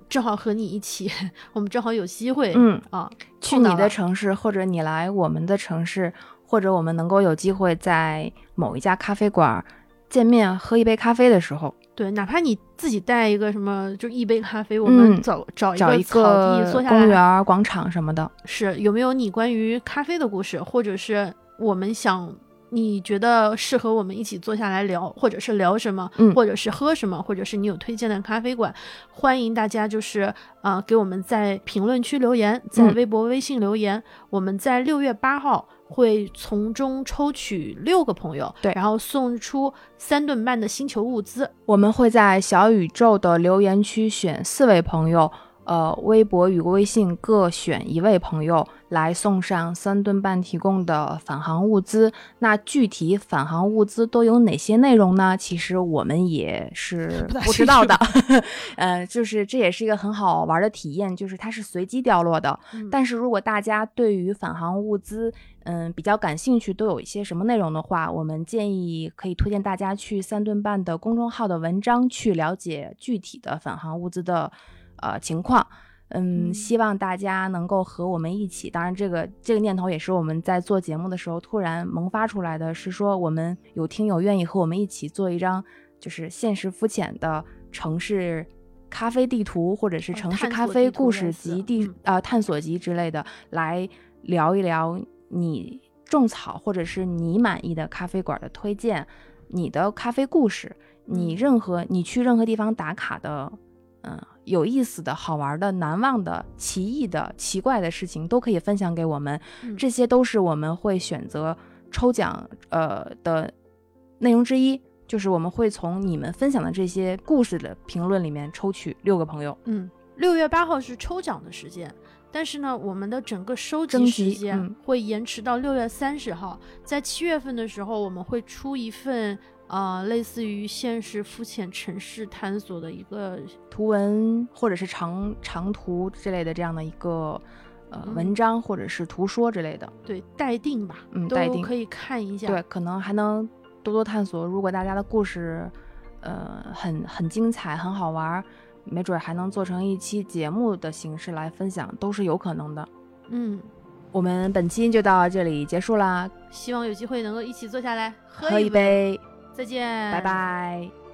A: 正好和你一起， [LAUGHS] 我们正好有机会，
B: 嗯
A: 啊，
B: 去
A: 碰到
B: 你的
A: 了
B: 城市，或者你来我们的城市，或者我们能够有机会在某一家咖啡馆见面，喝一杯咖啡的时候，
A: 对，哪怕你自己带一个什么，就一杯咖啡，我们
B: 嗯
A: 找、找哦一
B: 找
A: 个
B: 一
A: 草地
B: 个
A: 坐下来
B: 公园儿、广场什么的。
A: 是有没有你关于咖啡的故事，或者是我们想你觉得适合我们一起坐下来聊，或者是聊什么，
B: 嗯
A: 或者是喝什么，或者是你有推荐的咖啡馆，欢迎大家就是呃给我们在评论区留言，在
B: 嗯
A: 微博、微信留言。我们在六月八号会从中抽取六个朋友，
B: 对
A: 然后送出三顿半的星球物资。
B: 我们会在小宇宙的留言区选四位朋友，呃微博与微信各选一位朋友来送上三顿半提供的返航物资。那具体返航物资都有哪些内容呢？其实我们也是
A: 不大
B: 不知道的。 [LAUGHS] 呃，就是这也是一个很好玩的体验，就是它是随机掉落的。
A: 嗯
B: 但是如果大家对于返航物资，嗯，比较感兴趣，都有一些什么内容的话，我们建议可以推荐大家去三顿半的公众号的文章去了解具体的返航物资的呃情况。嗯，
A: 嗯
B: 希望大家能够和我们一起。当然，这个这个念头也是我们在做节目的时候突然萌发出来的，是说我们有听友愿意和我们一起做一张就是现实肤浅的城市咖啡地图，或者是
A: 哦
B: 城市
A: 探
B: 咖
A: 索
B: 啡
A: 地图
B: 故
A: 类
B: 事
A: 似
B: 集地、
A: 嗯
B: 呃探索集之类的，来聊一聊你种草或者是你满意的咖啡馆的推荐，你的咖啡故事，你
A: 嗯
B: 任何你去任何地方打卡的，嗯，有意思的、好玩的、难忘的、奇异的、奇怪的事情都可以分享给我们，
A: 嗯
B: 这些都是我们会选择抽奖呃的内容之一。就是我们会从你们分享的这些故事的评论里面抽取六个朋友，
A: 嗯，六月八号是抽奖的时间，但是呢，我们的整个收
B: 征
A: 集
B: 集
A: 时间
B: 嗯
A: 会延迟到六月三十号。在七月份的时候，我们会出一份呃，类似于现实肤浅城市探索的一个
B: 图文或者是长长图之类的这样的一个呃
A: 嗯
B: 文章或者是图说之类的，
A: 对待定吧，
B: 嗯，
A: 都
B: 待定
A: 可以看一下。
B: 对，可能还能多多探索。如果大家的故事呃很很精彩、很好玩儿，没准儿还能做成一期节目的形式来分享，都是有可能的。
A: 嗯，
B: 我们本期就到这里结束啦，
A: 希望有机会能够一起坐下来喝
B: 喝一
A: 杯，
B: 杯，
A: 再见，
B: 拜。拜。